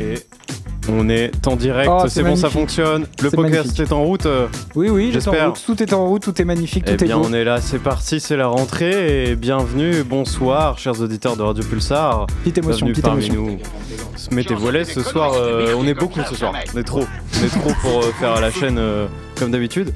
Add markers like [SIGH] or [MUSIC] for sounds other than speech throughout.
Et on est en direct, Oh, c'est c'est bon, ça magnifique. fonctionne. Le C'est podcast magnifique. est en route. euh, Oui, oui, j'étais J'espère. en route, tout est en route, tout est magnifique, Eh tout est bien, beau. on est là, c'est parti, c'est la rentrée. Et bienvenue, bonsoir, chers auditeurs de Radio Pulsar. Petite émotion, Bienvenue petite parmi émotion. nous. Mettez-vous à l'aise ce soir, euh, on est beaucoup ce soir. On est trop, on est trop pour euh, faire la chaîne euh, comme d'habitude.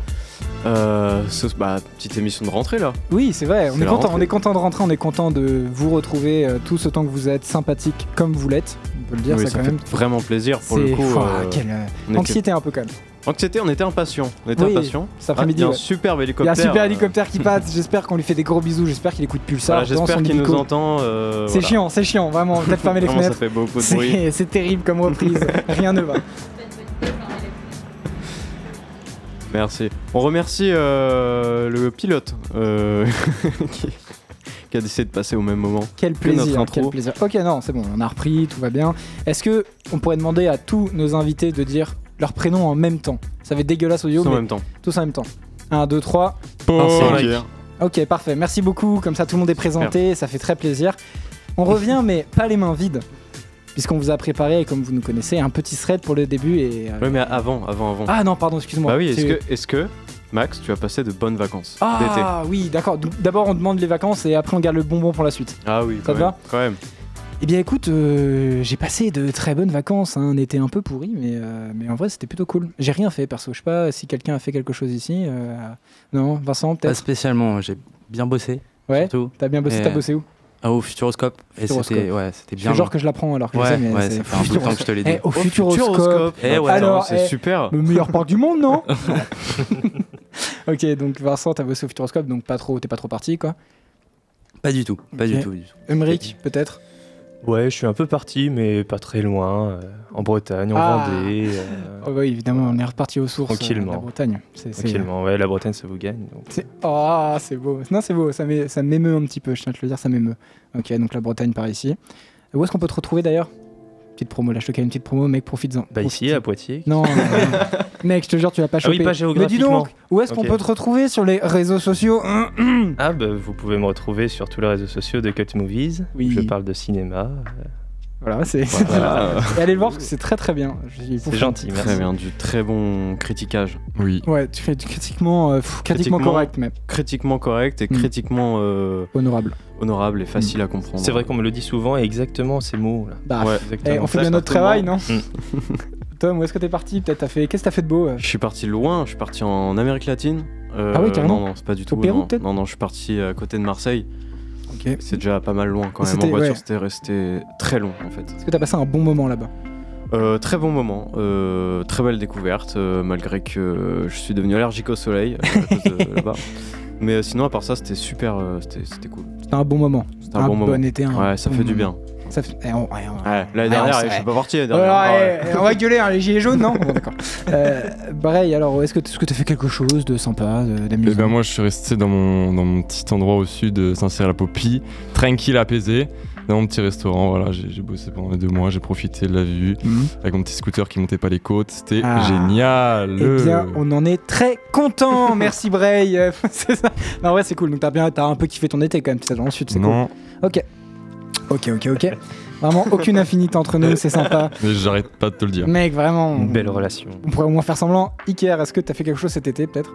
Euh, ce- bah, petite émission de rentrée là. Oui, c'est vrai, on C'est est, la content, rentrée. on est content de rentrer, on est content de vous retrouver euh, tous autant que vous êtes, sympathique comme vous l'êtes, on peut le dire, Oui, ça, ça quand fait même. vraiment plaisir pour le C'est- coup. Pouah, euh, quelle, euh, on était- anxiété un peu quand même. Anxiété, on était impatients. On était Oui, impatients. Cet Ah, Il après-midi, y a un ouais. superbe il y a hélicoptère. un super euh, hélicoptère qui passe, j'espère qu'on lui fait des gros bisous, j'espère qu'il écoute Pulsar voilà, dans son J'espère qu'il nous hélico. entend. euh, C'est voilà. chiant, c'est [LAUGHS] chiant, vraiment, peut-être fermer les Vraiment, ça fenêtres. fait beaucoup de bruit. C'est c'est terrible [LAUGHS] comme reprise, rien ne va. Merci. On remercie euh, le pilote euh, [LAUGHS] qui, qui a décidé de passer au même moment. Quel Que notre plaisir, intro. quel plaisir. Ok, non, c'est bon, on a repris, tout va bien. Est-ce que on pourrait demander à tous nos invités de dire leur prénom en même temps Ça va être dégueulasse audio, Tous en mais même temps. tous en même temps. 1, 2, 3. Ainsi. Ok, parfait. Merci beaucoup. Comme ça, tout le monde est présenté, ça fait très plaisir. On revient, mais pas les mains vides, puisqu'on vous a préparé, comme vous nous connaissez, un petit thread pour le début et. euh, Ouais, mais avant, avant, avant. Ah non, pardon, excuse-moi. bah oui, est-ce C'est- que, est que, Max, tu as passé de bonnes vacances d'été Ah oui, d'accord. Donc, D'abord, on demande les vacances et après, on garde le bonbon pour la suite. Ah oui, Ça quand te même, va quand même. Eh bien écoute, euh, j'ai passé de très bonnes vacances, hein, un été un peu pourri, mais, euh, mais en vrai c'était plutôt cool. J'ai rien fait perso, je sais pas si quelqu'un a fait quelque chose ici. euh, non, Vincent Pas peut-être spécialement, j'ai bien bossé. Ouais, Bah, Surtout. t'as bien bossé, Mais- t'as bossé où Ah, au Futuroscope. Et Futuroscope. c'était ouais, c'était bien. C'est genre que je l'apprends alors que je ouais, sais, mais ouais, c'est ça fait un bout de temps que je te l'ai dit. [LAUGHS] Eh, au Futuroscope, [LAUGHS] Eh ouais, Alors, c'est eh, super. le meilleur parc du monde, non [LAUGHS] Ok, donc Vincent, t'as bossé au Futuroscope, donc pas trop, t'es pas trop parti quoi. Pas du tout, pas Ok. du tout, du tout. Emmerich, peut-être Ouais, je suis un peu parti, mais pas très loin, euh, en Bretagne, en Ah. Vendée, [LAUGHS] euh, Oh bah oui, évidemment, on est reparti aux sources. euh, Tranquillement. de la Bretagne. C'est- c'est- tranquillement. Ouais, la Bretagne, ça vous gagne. donc. C'est- Ah, c'est beau. Non, c'est beau. Ça m'é- ça m'émeut un petit peu, je tiens à te le dire, ça m'émeut. Ok, donc la Bretagne par ici. Où est-ce qu'on peut te retrouver d'ailleurs Petite promo, lâche-le quand même, petite promo, mec, profites-en. Bah ici, Profites-en. à Poitiers. Non, non, [LAUGHS] non. mec, je te jure, tu vas pas Ah choper. oui, pas Mais dis géographiquement. donc, où est-ce qu'on Ok. peut te retrouver sur les réseaux sociaux hein Ah bah, vous pouvez me retrouver sur tous les réseaux sociaux de Cut Movies. Oui. Je parle de cinéma. Voilà, c'est. Voilà. Et [LAUGHS] allez le voir parce que c'est très très bien. Je suis C'est pour- [LAUGHS] gentil, Très merci. bien, du très bon critiquage. Oui. Ouais, tu fais du critiquement, euh, pff, critiquement, Critiquement. correct, mais Critiquement correct et Mm. critiquement euh, honorable. honorable et facile à comprendre. C'est vrai qu'on me le dit souvent, et exactement ces mots-là. Bah, Ouais. eh, Exactement. on fait Ça, bien notre exactement. travail, non [LAUGHS] Tom, où est-ce que t'es parti Peut-être t'as fait. Qu'est-ce que t'as fait de beau euh Je suis parti loin, je suis parti en Amérique latine. Euh, Ah ouais, carrément. Non, non, c'est pas du tout. Pérou, non. peut-être non, non, je suis parti à côté de Marseille. Ok. Ah, C'est déjà pas mal loin quand même. En C'était- voiture, ouais. c'était resté très long en fait. Est-ce que t'as passé un bon moment là-bas Euh, très bon moment, euh, très belle découverte, euh, malgré que euh, je suis devenu allergique au soleil euh, à cause [LAUGHS] de là-bas. Mais euh, sinon, à part ça, c'était super, euh, c'était c'était cool. C'était un bon moment. C'était un, bon moment. été. un Ouais, ça bon fait du moment. bien. Ça fait- eh, on- eh, Ouais, l'année on- Ah, Ouais, dernière, on sait. je suis pas parti l'année Ouais, dernière. ouais, eh, on va gueuler, hein, les gilets jaunes, non [LAUGHS] Bon, d'accord. Euh, pareil, alors, est-ce que tu as fait quelque chose de sympa, de- Eh Et ben d'amusant moi je suis resté dans mon, dans mon petit endroit au sud de Saint-Cyr-la-Popie, tranquille, apaisé, dans mon petit restaurant, voilà, j'ai j'ai bossé pendant les deux mois, j'ai profité de la vue, Mhm. avec mon petit scooter qui montait pas les côtes, c'était Ah. génial Eh bien, on en est très [LAUGHS] content. Merci Bray. Euh, [LAUGHS] c'est ça. Non, ouais, c'est cool. Donc t'as bien, t'as un peu kiffé ton été quand même. T'es dans le sud, c'est cool. Non, Ok, ok, ok. Vraiment, aucune infinite entre nous. [LAUGHS] C'est sympa, mais j'arrête pas de te le dire. mec. Vraiment. on- Une belle relation. On pourrait au moins faire semblant. Iker, est-ce que t'as fait quelque chose cet été, peut-être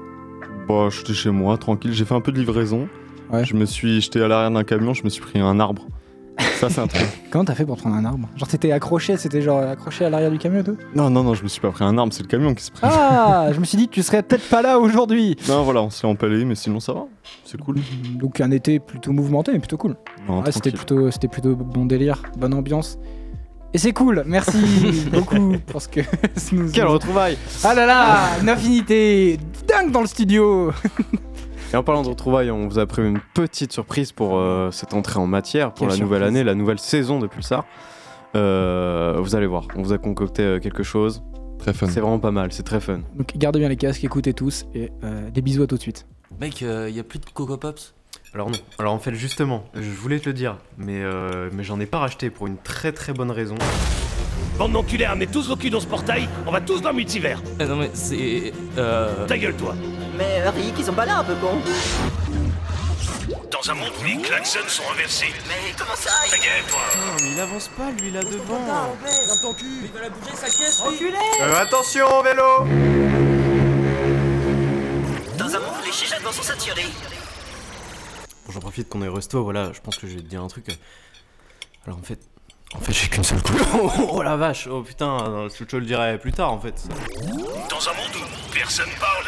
Bah, j'étais chez moi, tranquille. J'ai fait un peu de livraison. Ouais. Je me suis jeté à l'arrière d'un camion, je me suis pris un arbre. Ça, c'est un truc. Comment t'as fait pour prendre un arbre Genre t'étais accroché, c'était genre accroché à l'arrière du camion et tout Non, non, non, je me suis pas pris un arbre, c'est le camion qui se prit. Ah, je me suis dit, tu serais peut-être pas là aujourd'hui. [LAUGHS] Non, voilà, on s'est empalé, mais sinon, ça va. C'est cool. Donc un été plutôt mouvementé, mais plutôt cool. Ah Non, Ouais, Ah, c'était tranquille. plutôt, c'était plutôt bon délire, bonne ambiance. Et c'est cool, [LAUGHS] merci beaucoup pour ce que [LAUGHS] ce nous. Quelle retrouvaille Ah là là, une infinité dingue dans le studio. Et en parlant de retrouvailles, on vous a prévu une petite surprise pour euh, cette entrée en matière, pour Quelle la nouvelle surprise. année, la nouvelle saison de Pulsar. Euh, vous allez voir, on vous a concocté euh, quelque chose. [LAUGHS] Très fun. C'est vraiment pas mal, c'est très fun. Donc gardez bien les casques, écoutez tous et euh, des bisous à tout de suite. Mec, il y a plus de Coco Pops Alors non. Alors en fait justement, je voulais te le dire, mais, euh, mais j'en ai pas racheté pour une très très bonne raison. Bande d'enculés, amenez tous vos culs dans ce portail, on va tous dans le multivers. Ah non mais c'est... Euh... Ta gueule, toi. Mais euh, Rick, ils sont pas là un peu con Dans un monde où les klaxons sont inversés. Mais comment ça Ta gueule, toi Non, mais il avance pas, lui, là devant. Euh, attention, vélo Bon, J'en profite qu'on est au resto, voilà, je pense que je vais te dire un truc. Alors en fait, en fait j'ai qu'une seule couleur. [LAUGHS] Oh la vache, oh putain, euh, je te le dirai plus tard en fait. Dans un monde où personne parle.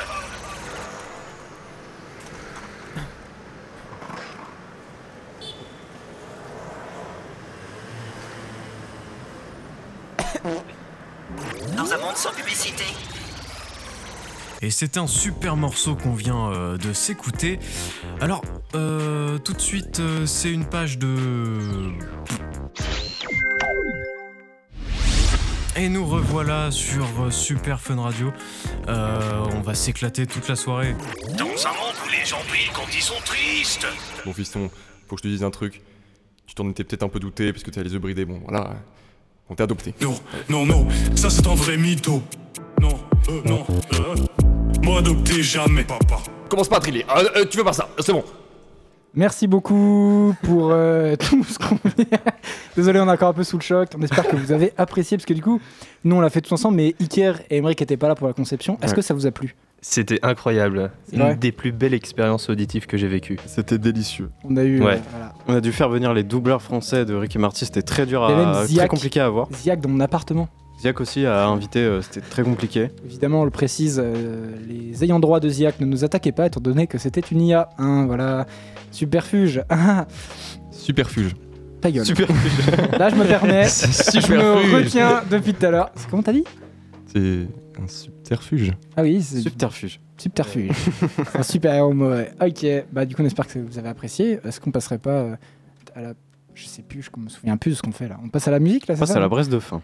Et c'était un super morceau qu'on vient euh, de s'écouter. Alors, euh, tout de suite, euh, c'est une page de... Et nous revoilà sur euh, Super Fun Radio. Euh, on va s'éclater toute la soirée. Dans un monde où les gens brillent quand ils sont tristes. Bon fiston, faut que je te dise un truc. Tu t'en étais peut-être un peu douté parce que t'as les yeux bridés. Bon, voilà, on t'a adopté. Non, non, non, ça c'est un vrai mytho. Non, euh, non, euh, moi adopté jamais, papa. Commence pas à triller. Euh, tu veux pas ça C'est bon. Merci beaucoup pour euh, [LAUGHS] tout ce qu'on vient. Désolé, on est encore un peu sous le choc. On espère que vous avez apprécié parce que du coup, nous on l'a fait tous ensemble, mais Iker et Emmerich n'étaient pas là pour la conception. Est-ce Ouais. que ça vous a plu C'était incroyable. C'est Une vrai. des plus belles expériences auditives que j'ai vécues. C'était délicieux. On a eu euh, Ouais. voilà, On a dû faire venir les doubleurs français de Rick et Marty, c'était très dur Et même à. très Ziak. compliqué à avoir. Ziak dans mon appartement. Ziak aussi a invité, euh, c'était très compliqué. Évidemment, on le précise, euh, les ayants droit de Ziak ne nous attaquaient pas étant donné que c'était une IA. Hein, voilà, superfuge. Ah, Superfuge. [LAUGHS] ta gueule. Là, je me [LAUGHS] permets. je me retiens depuis tout à l'heure. C'est- Comment t'as dit C'est un subterfuge. Ah oui, c'est Subterfuge. subterfuge. C'est un super mot. ouais. Ok, bah du coup, on espère que vous avez apprécié. Est-ce qu'on passerait pas euh, à la. Je sais plus, je me souviens plus de ce qu'on fait là. On passe à la musique là, On c'est passe ça à la Bresse de fin.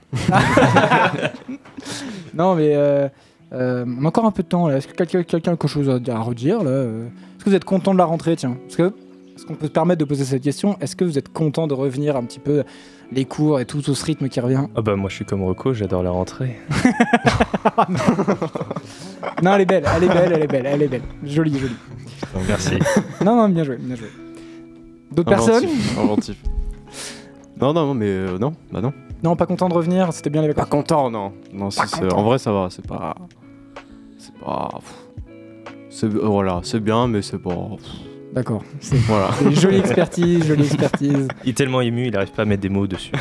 Non, mais euh, euh, on a encore un peu de temps. là. Est-ce que quelqu'un quelqu'un a quelque chose à, dire- à redire là euh Est-ce que vous êtes content de la rentrée Tiens, est-ce que est-ce qu'on peut se permettre de poser cette question Est-ce que vous êtes content de revenir un petit peu les cours et tout, tout ce rythme qui revient Ah bah moi je suis comme Rocco, j'adore la rentrée. Non, elle est belle, elle est belle, elle est belle, elle est belle. Jolie, jolie. Merci. Non, non, bien joué, bien joué. D'autres Ah, personnes Inventif. Inventif. Non, non, non, mais euh, non, bah non. Non, pas content de revenir. C'était bien les vacances. content, non. Non, si, c'est- en vrai, ça va, c'est pas. C'est pas. pff. C'est euh, voilà, c'est bien, mais c'est pas. pff, D'accord. [LAUGHS] Voilà. C'est Jolie expertise, jolie expertise. [LAUGHS] Il est tellement ému, il arrive pas à mettre des mots dessus.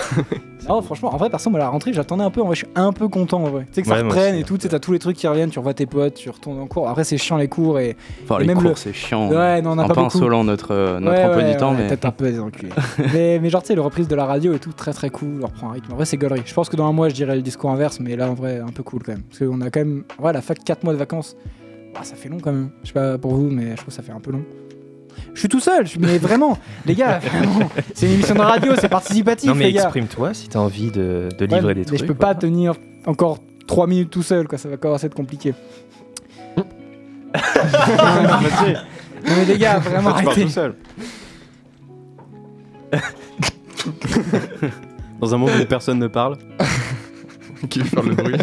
Non, franchement, en vrai, perso, moi, la rentrée, j'attendais un peu. En vrai, je suis un peu content, en vrai. Tu sais que ça Ouais, moi reprenne aussi, et tout, un tu sais, t'as tous les trucs qui reviennent, tu revois tes potes, tu retournes en cours. Après, c'est chiant les cours et. Enfin, Et les même cours, le- c'est chiant. Ouais, non, on n'a un pas peu beaucoup. insolent notre, euh, notre Ouais, emploi ouais, du temps, ouais, mais. Peut-être un peu des enculés. mais, mais genre, tu sais, le reprise de la radio et tout, très très cool, on reprend un rythme. En vrai, c'est gaulerie. Je pense que dans un mois, je dirais le discours inverse, mais là, en vrai, un peu cool quand même. Parce qu'on a quand même, ouais, la fac, 4 mois de vacances. Ouah, ça fait long quand même. Je sais pas pour vous, mais je trouve que ça fait un peu long. Je suis tout seul, je- mais vraiment, les gars, vraiment, c'est une émission de radio, c'est participatif, non mais les gars. exprime-toi si t'as envie de, de Ouais, livrer des mais trucs. Je peux voilà. pas tenir encore 3 minutes tout seul, quoi. Ça va commencer à être compliqué. non, mais les [LAUGHS] gars, vraiment, tu parles arrêtez. tout seul. Dans un monde où personne ne parle. Qui veut faire le bruit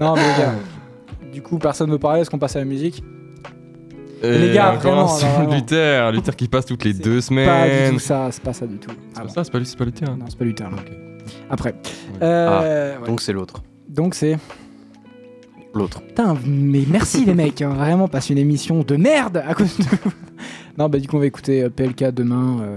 Non, mais les gars, du coup, personne ne veut parler. Est-ce qu'on passe à la musique les gars, vraiment, encore un son alors, vraiment. de Luther, Luther qui passe toutes les C'est deux Pas du semaines. tout ça, c'est pas ça du tout. C'est Ah pas bon. ça, c'est pas lui, c'est pas Luther. hein. Non, c'est pas Luther. là. Ok. Après. Euh, ouais. Donc c'est l'autre. Donc c'est. L'autre. Putain, mais merci les mecs, hein, vraiment, passe une émission de merde à cause de vous. Non, bah du coup, on va écouter euh, PLK demain. euh,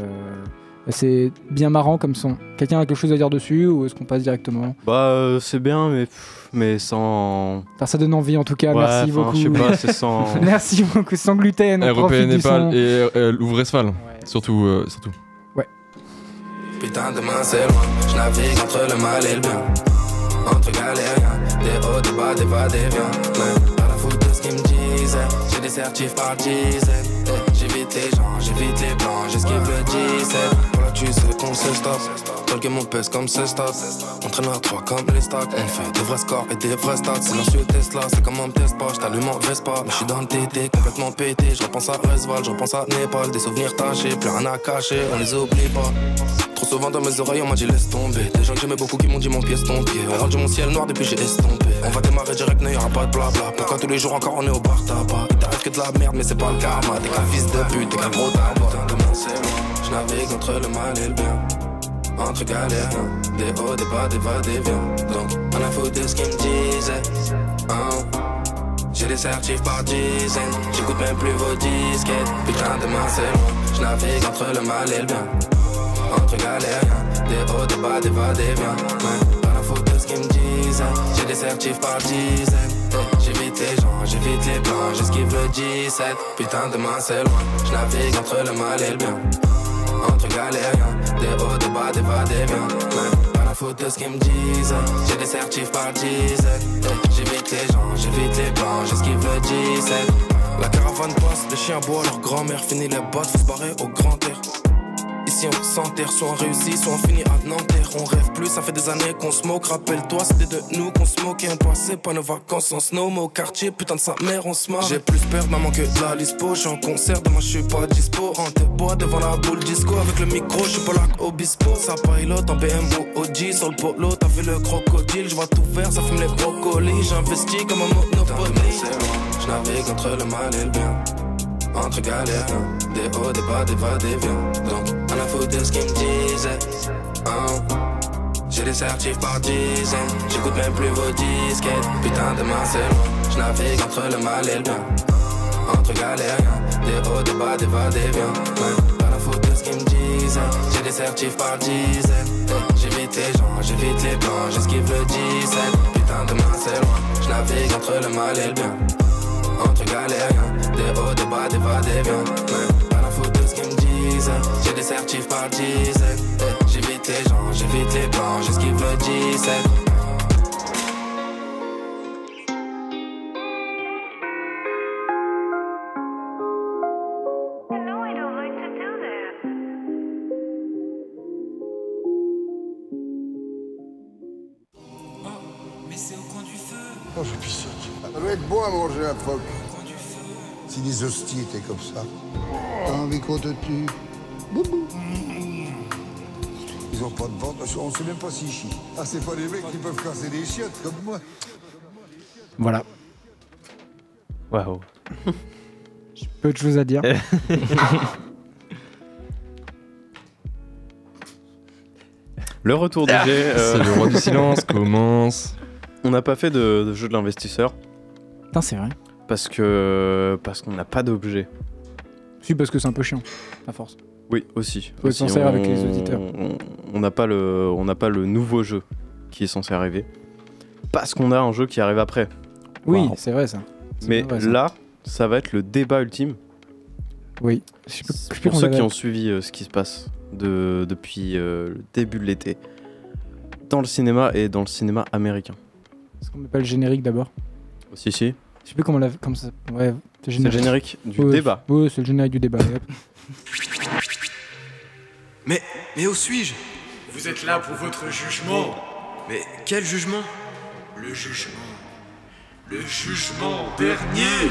C'est bien marrant comme son. Quelqu'un a quelque chose à dire dessus ou est-ce qu'on passe directement Bah euh, c'est bien, mais pff, mais sans. Enfin, ça donne envie en tout cas, Ouais, Bah, merci enfin, beaucoup. Je sais pas, c'est [LAUGHS] sans. Merci beaucoup, sans gluten. on REP profite du son. Népal et euh, Louvre-Esval. Ouais. Surtout, euh, surtout. Putain, demain c'est loin. Je navigue entre le mal et le bien. Entre galériens, des hauts, des bas, des va, des viens. Ouais, Pas la faute de ce qu'ils me disent. J'ai des certifs par dizaines. Eh, J'évite les gens, j'évite les plans, j'esquive le 17. Voilà, tu sais qu'on se stoppe. Tolke mon pèse comme ce stop. On traîne à trois comme les stocks. On fait des vrais scores et des vrais stats. C'est monsieur Tesla, c'est comme un test pas. J't'allume en Vespa. Je suis dans le TT, complètement pété. Je repense à Resval, je repense à Népal. Des souvenirs tachés, plus rien à cacher, on les oublie pas. Trop souvent dans mes oreilles, on m'a dit laisse tomber. Des gens que j'aimais beaucoup qui m'ont dit mon pied c'est ton pied. On rendu mon ciel noir depuis j'ai estompé. On va démarrer direct, n'y aura pas de blabla. Pourquoi tous les jours encore on est au bar tabac T'arrives dire que de la merde, mais c'est pas le karma. T'es qu'un fils de pute, t'es qu'un gros d'arbre. Je navigue entre le mal et le bien. Entre galères, hein. des hauts, des bas, des va, des viens. Donc, on a foutu de ce qu'ils me disaient. Hein. J'ai des certifs par dizaines, j'écoute même plus vos disquettes. Putain, demain c'est loin, je navigue entre le mal et le bien. Entre galères, des hauts, des bas, des va, des viens. Ouais, pas la faute de ce qu'ils me disent. hein. J'ai des certifs par dizaines. Ouais, J'évite les gens, j'évite les blancs, j'esquive le 17. Putain, demain c'est loin, je navigue entre le mal et le bien. Entre galères, hein. des hauts, des bas, des va, des viens. Ouais, pas la faute de ce qu'ils me disent. J'ai des certifs par dizaines. Ouais, J'évite les gens, j'évite les blancs, j'esquive le 17. La caravane passe, les chiens boivent leur grand-mère, finit les bosses, faut se barrer au grand air. Ici on s'enterre, soit on réussit, soit on finit à Nanterre. On rêve plus, ça fait des années qu'on se moque. Rappelle-toi, c'était de nous qu'on se moquait. On passait pas nos vacances en snow, mais au quartier, putain de sa mère, on se marre. J'ai plus peur de maman que de la lispo. J'suis en concert, demain j'suis pas dispo. En tes bois devant la boule disco. Avec le micro, j'suis pas là au bispo. Ça pilote en BMW OG. Sur le polo, t'as vu le crocodile. J'vois tout faire, ça fume les brocolis. J'investis comme un monopoly. J'navigue entre le mal et le bien entre galères Des hauts, des bas, des va, des viens Donc, à la faute de ce qu'ils me disaient hein. J'ai des certifs par dizaines J'écoute même plus vos disquettes Putain, demain c'est loin Je navigue entre le mal et le bien Entre galères Des hauts, des bas, des va, des viens ouais. À la faute de ce qu'ils me disaient J'ai des certifs par dizaines Ouais, J'évite les gens, j'évite les blancs J'esquive le 17 Putain, demain c'est loin Je navigue entre le mal et le bien entre galères hein. Des hauts, des bas, des va, des viens Ouais, Pas la faute de ce qu'ils me disent J'ai des certifs par dizaines Ouais, J'évite les gens, j'évite les blancs J'esquive le 17 Oh, je suis Ça doit être bon à manger un phoque. Si les hosties étaient comme ça. T'as envie qu'on te tue Boubou. Ils ont pas de ventre, on sait même pas s'ils chient. Ah, c'est pas les mecs qui peuvent casser des chiottes comme moi. Voilà, Waouh. peu de choses à dire. Le retour du Ah. G. C'est le roi du [LAUGHS] silence, commence. On n'a pas fait de, de jeu de l'investisseur. Putain, c'est vrai. Parce que parce qu'on n'a pas d'objet. Si, parce que c'est un peu chiant, à force. Oui, aussi. Faut être Aussi, sincère avec les auditeurs. on- On n'a pas le on n'a pas le nouveau jeu qui est censé arriver. Parce qu'on a un jeu qui arrive après. Oui, Waouh. c'est vrai ça. C'est Mais pas vrai, ça. là, ça va être le débat ultime. Oui. Je sais plus- je sais plus Pour qu'on ceux qui avait- ont suivi euh, ce qui se passe de- depuis euh, le début de l'été, dans le cinéma et dans le cinéma américain. Est-ce qu'on met pas le générique d'abord Si, si. Je sais plus comment, la... comment ça. Ouais, c'est C'est le générique du Ouais, débat. c'est- Ouais, c'est le générique du débat. allez, hop. Mais, mais où suis-je Vous êtes là pour votre jugement. Mais quel jugement Le jugement. Le jugement dernier.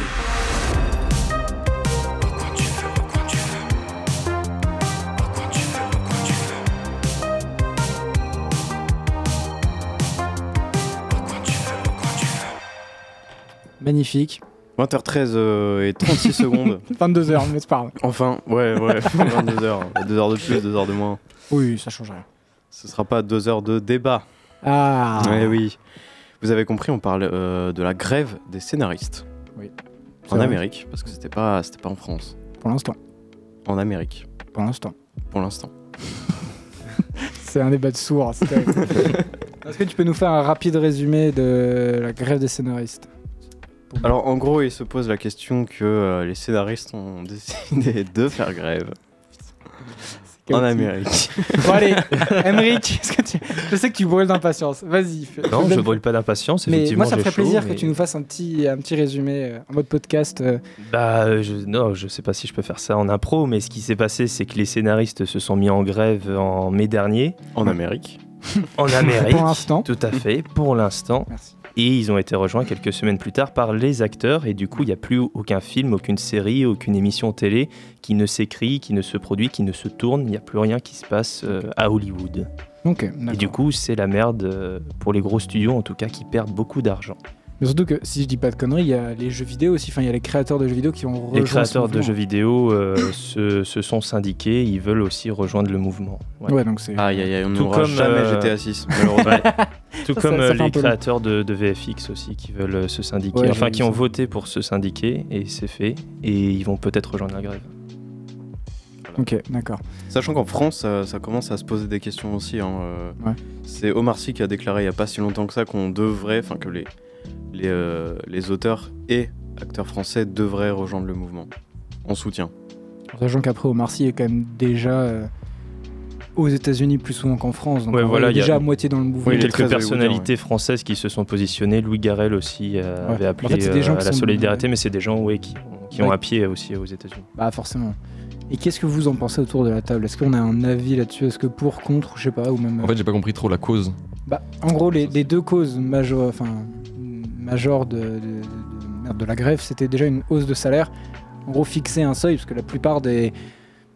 [LAUGHS] Magnifique. 20h13 euh, et [LAUGHS] 36 secondes. 22h, mais c'est pas grave. [LAUGHS] Enfin, ouais, ouais, 22h. 2h de plus, 2h de moins. Oui, ça change rien. Ce sera pas 2h de débat. Ah Ouais, oui. Vous avez compris, on parle euh, de la grève des scénaristes. Oui. C'est En vrai. Amérique, parce que c'était pas, c'était pas en France. Pour l'instant. En Amérique, Pour l'instant. pour l'instant. C'est un débat de sourds. [LAUGHS] c'est terrible. Est-ce que tu peux nous faire un rapide résumé de la grève des scénaristes Alors en gros, il se pose la question que euh, les scénaristes ont [LAUGHS] décidé de faire grève. En chaotique. [LAUGHS] Amérique. Bon allez, Emmerich, est-ce que tu- je sais que tu brûles d'impatience. Vas-y. fais- Non, donne- je brûle pas d'impatience. Mais effectivement, moi, ça me j'ai ferait chaud, plaisir mais- que tu nous fasses un petit, un petit résumé euh, en mode podcast. euh, Bah, euh, je, non, je sais pas si je peux faire ça en impro, mais ce qui s'est passé, c'est que les scénaristes se sont mis en grève en mai dernier. En Amérique. En Amérique. Ah, Pour l'instant. Tout à fait, pour l'instant. Et ils ont été rejoints quelques semaines plus tard par les acteurs, et du coup, il n'y a plus aucun film, aucune série, aucune émission télé qui ne s'écrit, qui ne se produit, qui ne se tourne. Il n'y a plus rien qui se passe euh, à Hollywood. Ok, euh, Et du coup, c'est la merde euh, pour les gros studios, en tout cas, qui perdent beaucoup d'argent. Mais surtout que si je dis pas de conneries, il y a les jeux vidéo aussi. Enfin, il y a les créateurs de jeux vidéo qui ont rejoint Les ce créateurs de mouvement. jeux vidéo euh, se, se sont syndiqués, ils veulent aussi rejoindre le mouvement. Ouais, donc c'est- Aïe, aïe, aïe, on n'aura jamais GTA [LAUGHS] 6, [LAUGHS] malheureusement. Ouais. Tout Ça, ça- comme ça euh, fait un les peu long. créateurs de, de VFX aussi qui veulent euh, se syndiquer, Ouais, j'ai enfin vu qui ça. ont voté pour se syndiquer et c'est fait, et ils vont peut-être rejoindre la grève. Ok, d'accord. Sachant qu'en France, ça, ça commence à se poser des questions aussi. hein, euh, Ouais. C'est Omar Sy qui a déclaré il n'y a pas si longtemps que ça qu'on devrait, enfin que les, les, euh, les auteurs et acteurs français devraient rejoindre le mouvement en soutien. Sachant qu'après, Omar Sy est quand même déjà euh, aux États-Unis plus souvent qu'en France. Donc Ouais, en vrai, voilà, il est il y a- déjà à moitié dans le mouvement. Oui, quelques personnalités françaises qui se sont positionnées. Louis Garrel aussi euh, Ouais. avait En appelé fait, c'est des euh, gens à qui la sont- solidarité, mais c'est des gens ouais, qui, ont- qui ont Ouais. un pied aussi aux États-Unis. Bah forcément. Et qu'est-ce que vous en pensez autour de la table Est-ce qu'on a un avis là-dessus Est-ce que pour, contre, je sais pas, ou même. En fait, j'ai pas compris trop la cause. Bah, en gros, les, les deux causes majeures, enfin, majeures de, de- de- de- merde, de la grève, c'était déjà une hausse de salaire. En gros, fixer un seuil, parce que la plupart des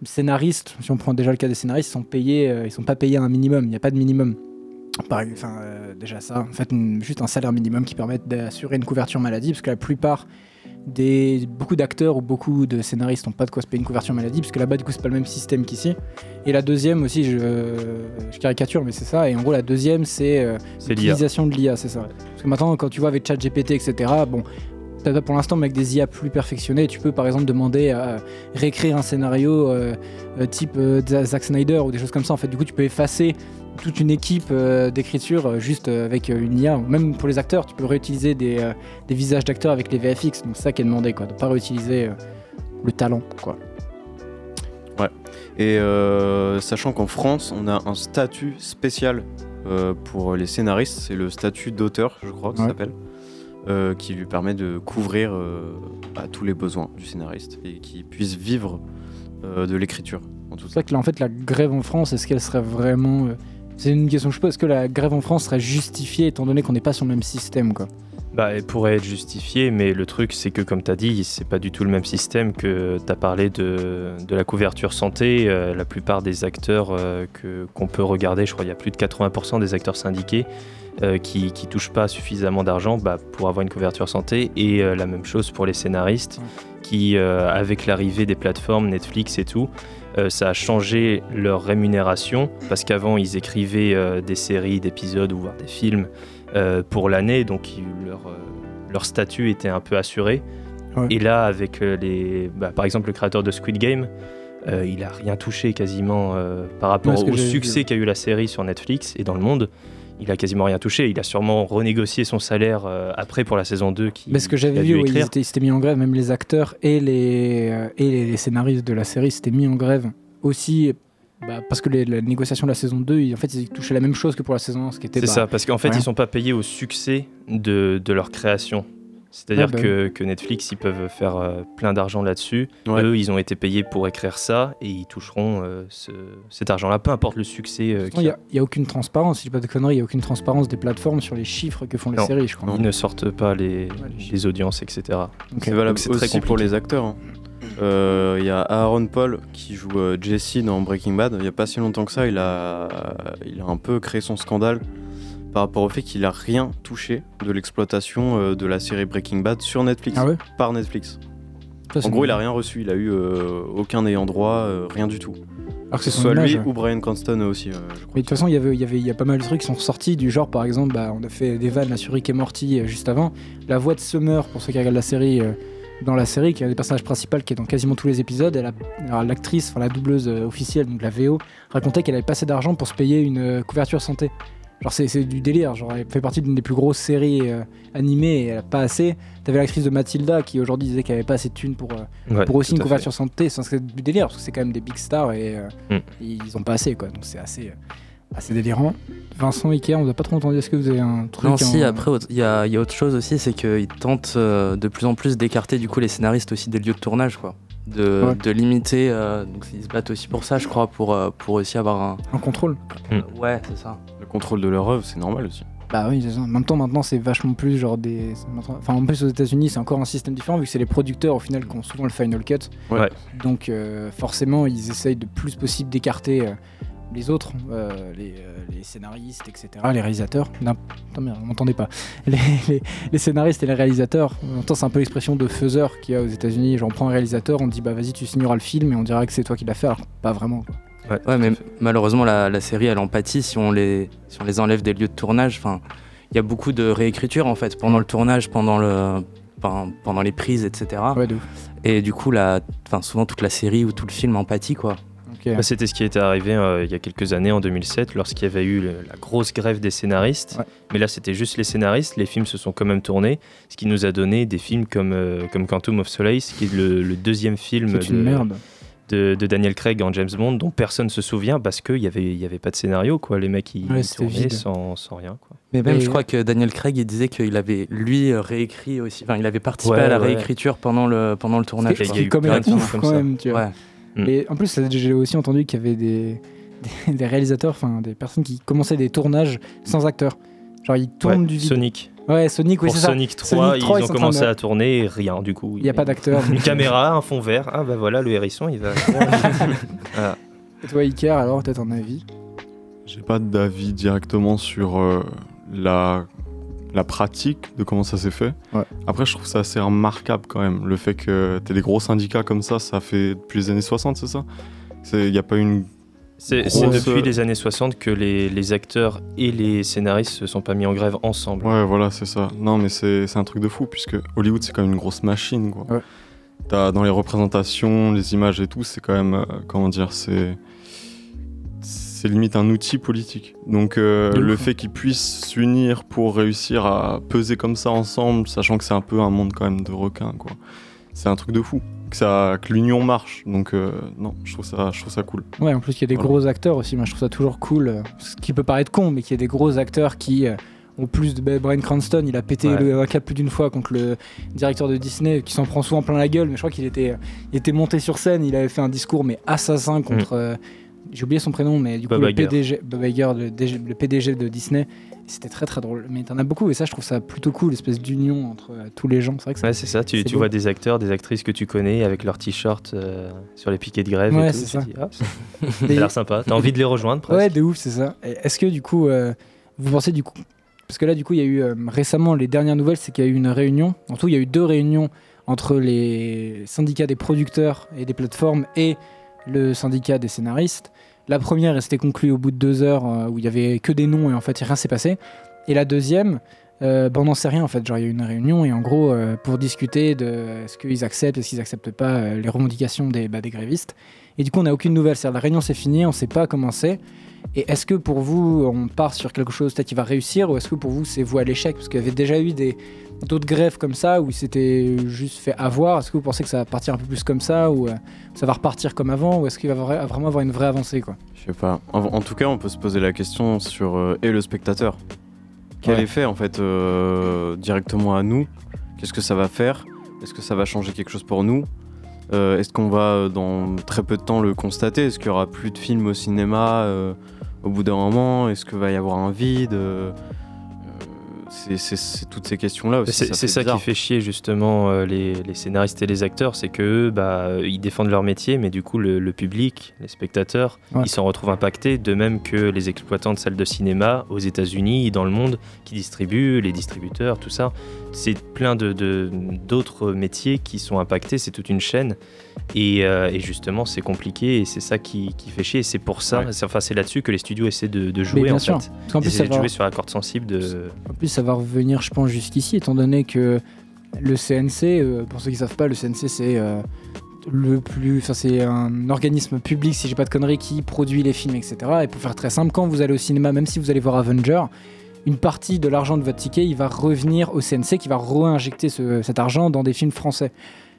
scénaristes, si on prend déjà le cas des scénaristes, sont payés, euh, ils sont pas payés un minimum, il n'y a pas de minimum. Pareil, enfin, euh, déjà ça, en fait, une- juste un salaire minimum qui permette d'assurer une couverture maladie, parce que la plupart des beaucoup d'acteurs ou beaucoup de scénaristes n'ont pas de quoi se payer une couverture maladie, parce que là-bas, du coup, c'est pas le même système qu'ici. Et la deuxième aussi, je, je caricature, mais c'est ça. Et en gros, la deuxième, c'est euh, C'est l'IA. l'utilisation de l'IA, c'est ça. Parce que maintenant, quand tu vois avec ChatGPT, etc., bon, t'as pas pour l'instant, mais avec des IA plus perfectionnées, tu peux par exemple demander à réécrire un scénario euh, euh, type euh, Zack Snyder ou des choses comme ça. En fait, du coup, tu peux effacer toute une équipe euh, d'écriture euh, juste euh, avec euh, une IA. Même pour les acteurs, tu peux réutiliser des, euh, des visages d'acteurs avec les VFX. Donc, c'est ça qui est demandé, quoi, de pas réutiliser euh, le talent, quoi. Ouais. Et euh, sachant qu'en France, on a un statut spécial euh, pour les scénaristes, c'est le statut d'auteur, je crois que ça Ouais. s'appelle, euh, qui lui permet de couvrir euh, à tous les besoins du scénariste et qui puisse vivre euh, de l'écriture. en tout C'est vrai que là, en fait, la grève en France, est-ce qu'elle serait vraiment. euh, C'est une question que je pose. Est-ce que la grève en France serait justifiée étant donné qu'on n'est pas sur le même système, quoi Bah, elle pourrait être justifiée, mais le truc, c'est que, comme tu as dit, c'est pas du tout le même système que tu as parlé de, de la couverture santé. Euh, la plupart des acteurs euh, que- qu'on peut regarder, je crois qu'il y a plus de 80% des acteurs syndiqués euh, qui, qui touchent pas suffisamment d'argent bah, pour avoir une couverture santé. Et euh, la même chose pour les scénaristes qui, euh, avec l'arrivée des plateformes Netflix et tout, euh, ça a changé leur rémunération parce qu'avant ils écrivaient euh, des séries, d'épisodes ou voire des films euh, pour l'année, donc ils- leur, euh, leur statut était un peu assuré. Ouais. Et là, avec euh, les, bah, par exemple le créateur de Squid Game, euh, il a rien touché quasiment euh, par rapport Ouais, ce que au j'avais vu, succès qu'a eu la série sur Netflix et dans le monde. Il a quasiment rien touché. Il a sûrement renégocié son salaire euh, après pour la saison 2 qui. Mais ce que qu'il j'avais a vu, dû ouais, ils, écrire. étaient, ils s'étaient mis en grève, même les acteurs et les, euh, et les, les scénaristes de la série s'étaient mis en grève aussi. bah, parce que les, la négociation de la saison 2, ils- en fait, ils touchaient la même chose que pour la saison 1, ce qui était. C'est bah, ça, parce qu'en fait, rien. ils sont pas payés au succès de, de leur création. C'est-à-dire Ah bah que, que Netflix, ils peuvent faire euh, plein d'argent là-dessus. Ouais. Eux, ils ont été payés pour écrire ça et ils toucheront euh, ce- cet argent-là, peu importe le succès. euh, Pourtant, qu'il Il y n'y a. a, il y a aucune transparence, si je dis pas de conneries, il n'y a aucune transparence des plateformes sur les chiffres que font les Non, séries, je crois. Ils ne sortent pas les, les audiences, etc. Ok. C'est valable Donc c'est aussi très pour compliqué. les acteurs. hein. Euh, Il y a Aaron Paul qui joue euh, Jesse dans Breaking Bad. Il n'y a pas si longtemps que ça, il a, il a un peu créé son scandale par rapport au fait qu'il a rien touché de l'exploitation euh, de la série Breaking Bad sur Netflix, Ah ouais par Netflix. Ça, c'est en gros, une- il a rien reçu. Il a eu euh, aucun ayant droit, euh, rien du tout. Alors que c'est ce son soit image, lui ouais. ou Brian Cranston aussi. euh, je crois. Mais de toute façon, il y avait- il y avait- il y a pas mal de trucs qui sont ressortis, du genre par exemple, bah, on a fait des vannes là, sur Rick et Morty euh, juste avant. La voix de Summer, pour ceux qui regardent la série, euh, dans la série, qui est un des personnages principaux qui est dans quasiment tous les épisodes, elle a- alors, l'actrice, enfin la doubleuse euh, officielle, donc la VO, racontait qu'elle avait passé d'argent pour se payer une euh, couverture santé. Genre c'est c'est du délire, genre elle fait partie d'une des plus grosses séries euh, animées et elle a pas assez. T'avais l'actrice de Mathilda qui aujourd'hui disait qu'elle avait pas assez de thunes pour, euh, Ouais, pour aussi tout une à fait. couverture santé, Enfin, c'est du délire parce que c'est quand même des big stars et euh, Mm. ils ont pas assez quoi, donc c'est assez, euh, assez délirant. Vincent Ikea, on vous a pas trop entendu, est-ce que vous avez un truc Non, si, en- après, autre- il y a, il y a autre chose aussi, c'est qu'ils tentent euh, de plus en plus d'écarter du coup les scénaristes aussi des lieux de tournage, quoi. De, Ouais. de limiter, euh, donc ils se battent aussi pour ça, je crois, pour, euh, pour aussi avoir un. en contrôle Ouais, c'est ça. Le contrôle de leur œuvre, c'est normal aussi. Bah oui, c'est ça. en même temps maintenant c'est vachement plus genre des... c'est maintenant- Enfin en plus aux états unis c'est encore un système différent vu que c'est les producteurs au final qui ont souvent le final cut. Ouais. Donc euh, forcément ils essayent de plus possible d'écarter euh, les autres, euh, les, euh, les scénaristes, etc., les réalisateurs, d'un- Putain, merde, on m'entendait pas. [LAUGHS] Les, les- les scénaristes et les réalisateurs, on entend, c'est un peu l'expression de faiseur qu'il y a aux États-Unis. Genre, on prend un réalisateur, on dit bah vas-y, tu signeras le film et on dira que c'est toi qui l'as fait, alors pas vraiment. quoi. Ouais, mais malheureusement, la, la série, elle empathie si on les, si on les enlève des lieux de tournage. Enfin, il y a beaucoup de réécriture en fait pendant le tournage, pendant le, pen- pendant les prises, etc. Ah. Et du coup, la, enfin, souvent toute la série ou tout le film empathie quoi. Ok. Bah, C'était ce qui était arrivé euh, il y a quelques années, en 2007, lorsqu'il y avait eu le- la grosse grève des scénaristes. Mais là, c'était juste les scénaristes. Les films se sont quand même tournés, ce qui nous a donné des films comme, euh, comme Quantum of Solace, qui est le, le deuxième film C'est une merde. de- de Daniel Craig en James Bond, dont personne se souvient parce qu'il n'y avait, il y avait pas de scénario. Quoi. Les mecs, ils Ouais, ils c'était tournaient vide. sans, sans rien. Quoi. Mais même, Et- je crois que Daniel Craig, il disait qu'il avait lui euh, réécrit aussi. Enfin, il avait participé Ouais, à la ouais. réécriture pendant le pendant le tournage. Parce quoi. que c'est quand même ouf, quand même, tu vois. Mm. Et en plus, j'ai aussi entendu qu'il y avait des, [LAUGHS] des, des réalisateurs, enfin des personnes qui commençaient des tournages sans acteurs. Genre ils tournent Ouais, du vide. Sonic. Ouais, Sonic, oui, Pour c'est ça. Sonic 3, ils, sont ont en train de- commencé à tourner et rien du coup. Il y a [LAUGHS] pas d'acteur. Une caméra, un fond vert. Ah bah voilà, le hérisson, il va. [LAUGHS] Voilà. Et toi, Iker, alors, peut-être un avis J'ai pas d'avis directement sur euh, la, la pratique de comment ça s'est fait. Après, je trouve ça assez remarquable quand même. Le fait que t'aies des gros syndicats comme ça, ça fait depuis les années 60, c'est ça Il n'y a pas une. C'est c'est grosse- euh, depuis les années 60 que les, les acteurs et les scénaristes se sont pas mis en grève ensemble. Ouais, voilà, c'est ça. Non, mais c'est c'est un truc de fou, puisque Hollywood, c'est quand même une grosse machine, quoi. T'as- dans les représentations, les images et tout, c'est quand même. euh, comment dire C'est. C'est limite un outil politique. Donc, euh, De le ouf. fait qu'ils puissent s'unir pour réussir à peser comme ça ensemble, sachant que c'est un peu un monde quand même de requins, quoi. C'est un truc de fou. Que, ça- que l'union marche. Donc, euh, non, je trouve, ça, je trouve ça cool. Ouais, en plus, il y a des Voilà. gros acteurs aussi. Moi, je trouve ça toujours cool. euh, Ce qui peut paraître con, mais qu'il y a des gros acteurs qui euh, ont plus de. ben, Bryan Cranston, il a pété Ouais. le un cap plus d'une fois contre le directeur de Disney, qui s'en prend souvent plein la gueule. Mais je crois qu'il était, euh, il était monté sur scène. Il avait fait un discours, mais assassin contre. euh, j'ai oublié son prénom, mais du coup, Bob le Iger. PDG, Bob Iger, le, DG le PDG de Disney, c'était très très drôle. Mais t'en as beaucoup, et ça, je trouve ça plutôt cool, l'espèce d'union entre euh, tous les gens. C'est vrai que Ouais, c'est ça, tu, c'est tu beau. vois des acteurs, des actrices que tu connais avec leurs t-shirts euh, sur les piquets de grève Ouais, et tout. c'est tu ça. dis, ah, ça ça a [LAUGHS] l'air sympa. T'as envie de les rejoindre presque. Ouais, de ouf, c'est ça. Et Est-ce que du coup, euh, vous pensez du coup. Parce que là, du coup, il y a eu euh, récemment, les dernières nouvelles, c'est qu'il y a eu une réunion. En tout, il y a eu deux réunions entre les syndicats des producteurs et des plateformes et le syndicat des scénaristes. La première, elle s'était conclue au bout de deux heures euh, où il y avait que des noms et en fait, rien s'est passé. Et la deuxième, euh, ben, on n'en sait rien en fait. Genre, il y a eu une réunion et en gros, euh, pour discuter de euh, est-ce qu'ils acceptent, est-ce qu'ils acceptent pas euh, les revendications des, bah, des grévistes. Et du coup, on n'a aucune nouvelle. C'est-à-dire, la réunion c'est fini, on ne sait pas comment c'est. Et est-ce que pour vous, on part sur quelque chose peut-être qui va réussir ou est-ce que pour vous, c'est voué à l'échec Parce qu'il y avait déjà eu des d'autres grèves comme ça où c'était juste fait avoir. Est-ce que vous pensez que ça va partir un peu plus comme ça ou euh, ça va repartir comme avant ou est-ce qu'il va vra- vraiment avoir une vraie avancée quoi Je sais pas. En, en tout cas, on peut se poser la question sur euh, et le spectateur. Quel Ouais. effet en fait euh, directement à nous Qu'est-ce que ça va faire Est-ce que ça va changer quelque chose pour nous Euh, Est-ce qu'on va euh, dans très peu de temps le constater Est-ce qu'il y aura plus de films au cinéma euh, au bout d'un moment Est-ce qu'il va y avoir un vide Euh, euh, c'est- C'est c'est toutes ces questions-là aussi. C'est c'est fait ça, bizarre. qui fait chier justement euh, les, les scénaristes et les acteurs, c'est que eux, bah, euh, ils défendent leur métier, mais du coup le, le public, les spectateurs, Ouais. ils s'en retrouvent impactés, de même que les exploitants de salles de cinéma aux États-Unis, dans le monde, qui distribuent, les distributeurs, tout ça. C'est plein de- de- d'autres métiers qui sont impactés, c'est toute une chaîne, et, euh, et justement c'est compliqué, et c'est ça qui, qui fait chier, et c'est pour ça, c'est- enfin c'est là-dessus que les studios essaient de, de jouer bien en sûr. fait, Parce qu'en plus, Ils ça essaient de va- jouer sur la corde sensible de... En plus, ça va revenir, je pense, jusqu'ici, étant donné que le CNC, euh, pour ceux qui ne savent pas, le CNC, c'est euh, le plus. Enfin, c'est un organisme public, si j'ai pas de conneries, qui produit les films, etc. Et pour faire très simple, quand vous allez au cinéma, même si vous allez voir Avenger, une partie de l'argent de votre ticket, il va revenir au CNC, qui va réinjecter ce- cet argent dans des films français.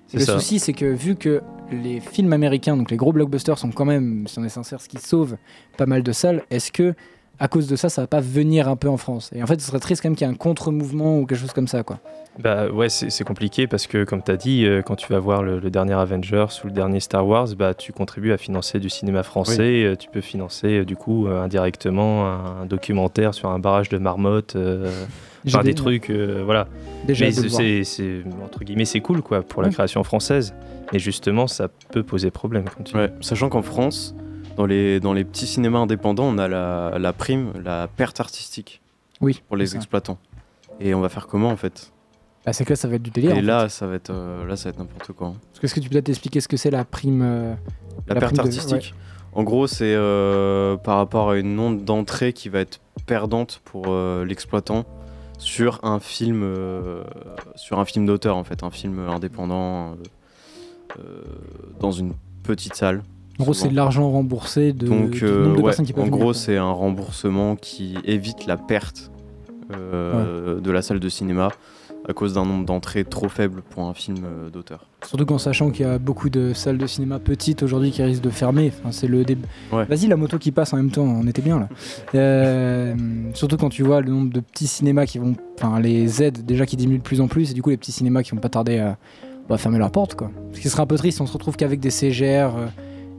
C'est Le ça. souci, c'est que vu que les films américains, donc les gros blockbusters, sont quand même, si on est sincère, ce qui sauve pas mal de salles, est-ce que à cause de ça, ça va pas venir un peu en France Et en fait, ce serait triste quand même qu'il y ait un contre-mouvement ou quelque chose comme ça, quoi. Bah ouais, c'est c'est compliqué parce que, comme tu as dit, euh, quand tu vas voir le, le dernier Avengers ou le dernier Star Wars, bah tu contribues à financer du cinéma français. euh, Tu peux financer, euh, du coup, euh, indirectement, un documentaire sur un barrage de marmottes, euh, J'ai enfin, des des- trucs, euh, voilà. Déjà Mais hâte de le c'est, voir. c'est- Mmh. c'est- entre guillemets, c'est cool, quoi, pour la Ouais. création française. Mais justement, ça peut poser problème. Quand tu... Ouais, sachant qu'en France, Dans les, dans les petits cinémas indépendants, on a la, la prime, la perte artistique Oui, pour c'est les ça. exploitants. Et on va faire comment en fait Bah, c'est que là, ça va être du délire. en Et fait. là, ça va être, euh, là, ça va être n'importe quoi. hein. Parce que Est-ce que tu peux peut-être expliquer ce que c'est la prime euh, La, perte prime de- artistique, en gros, c'est euh, par rapport à une onde d'entrée qui va être perdante pour euh, l'exploitant sur un film, euh, sur un film d'auteur en fait, un film indépendant euh, euh, dans une petite salle. ouais. En gros, c'est de l'argent remboursé de, Donc, du euh, nombre de ouais, personnes qui peuvent en venir, gros, quoi. c'est un remboursement qui évite la perte euh, de la salle de cinéma à cause d'un nombre d'entrées trop faible pour un film euh, d'auteur. Surtout qu'en sachant qu'il y a beaucoup de salles de cinéma petites aujourd'hui qui risquent de fermer. Enfin, c'est le dé- Ouais. Vas-y, la moto qui passe en même temps, on était [LAUGHS] bien là. Euh, surtout quand tu vois le nombre de petits cinémas qui vont. Enfin, les aides déjà qui diminuent de plus en plus, et du coup, les petits cinémas qui vont pas tarder à bah, fermer leurs portes, quoi. Ce qui serait un peu triste, on se retrouve qu'avec des CGR euh,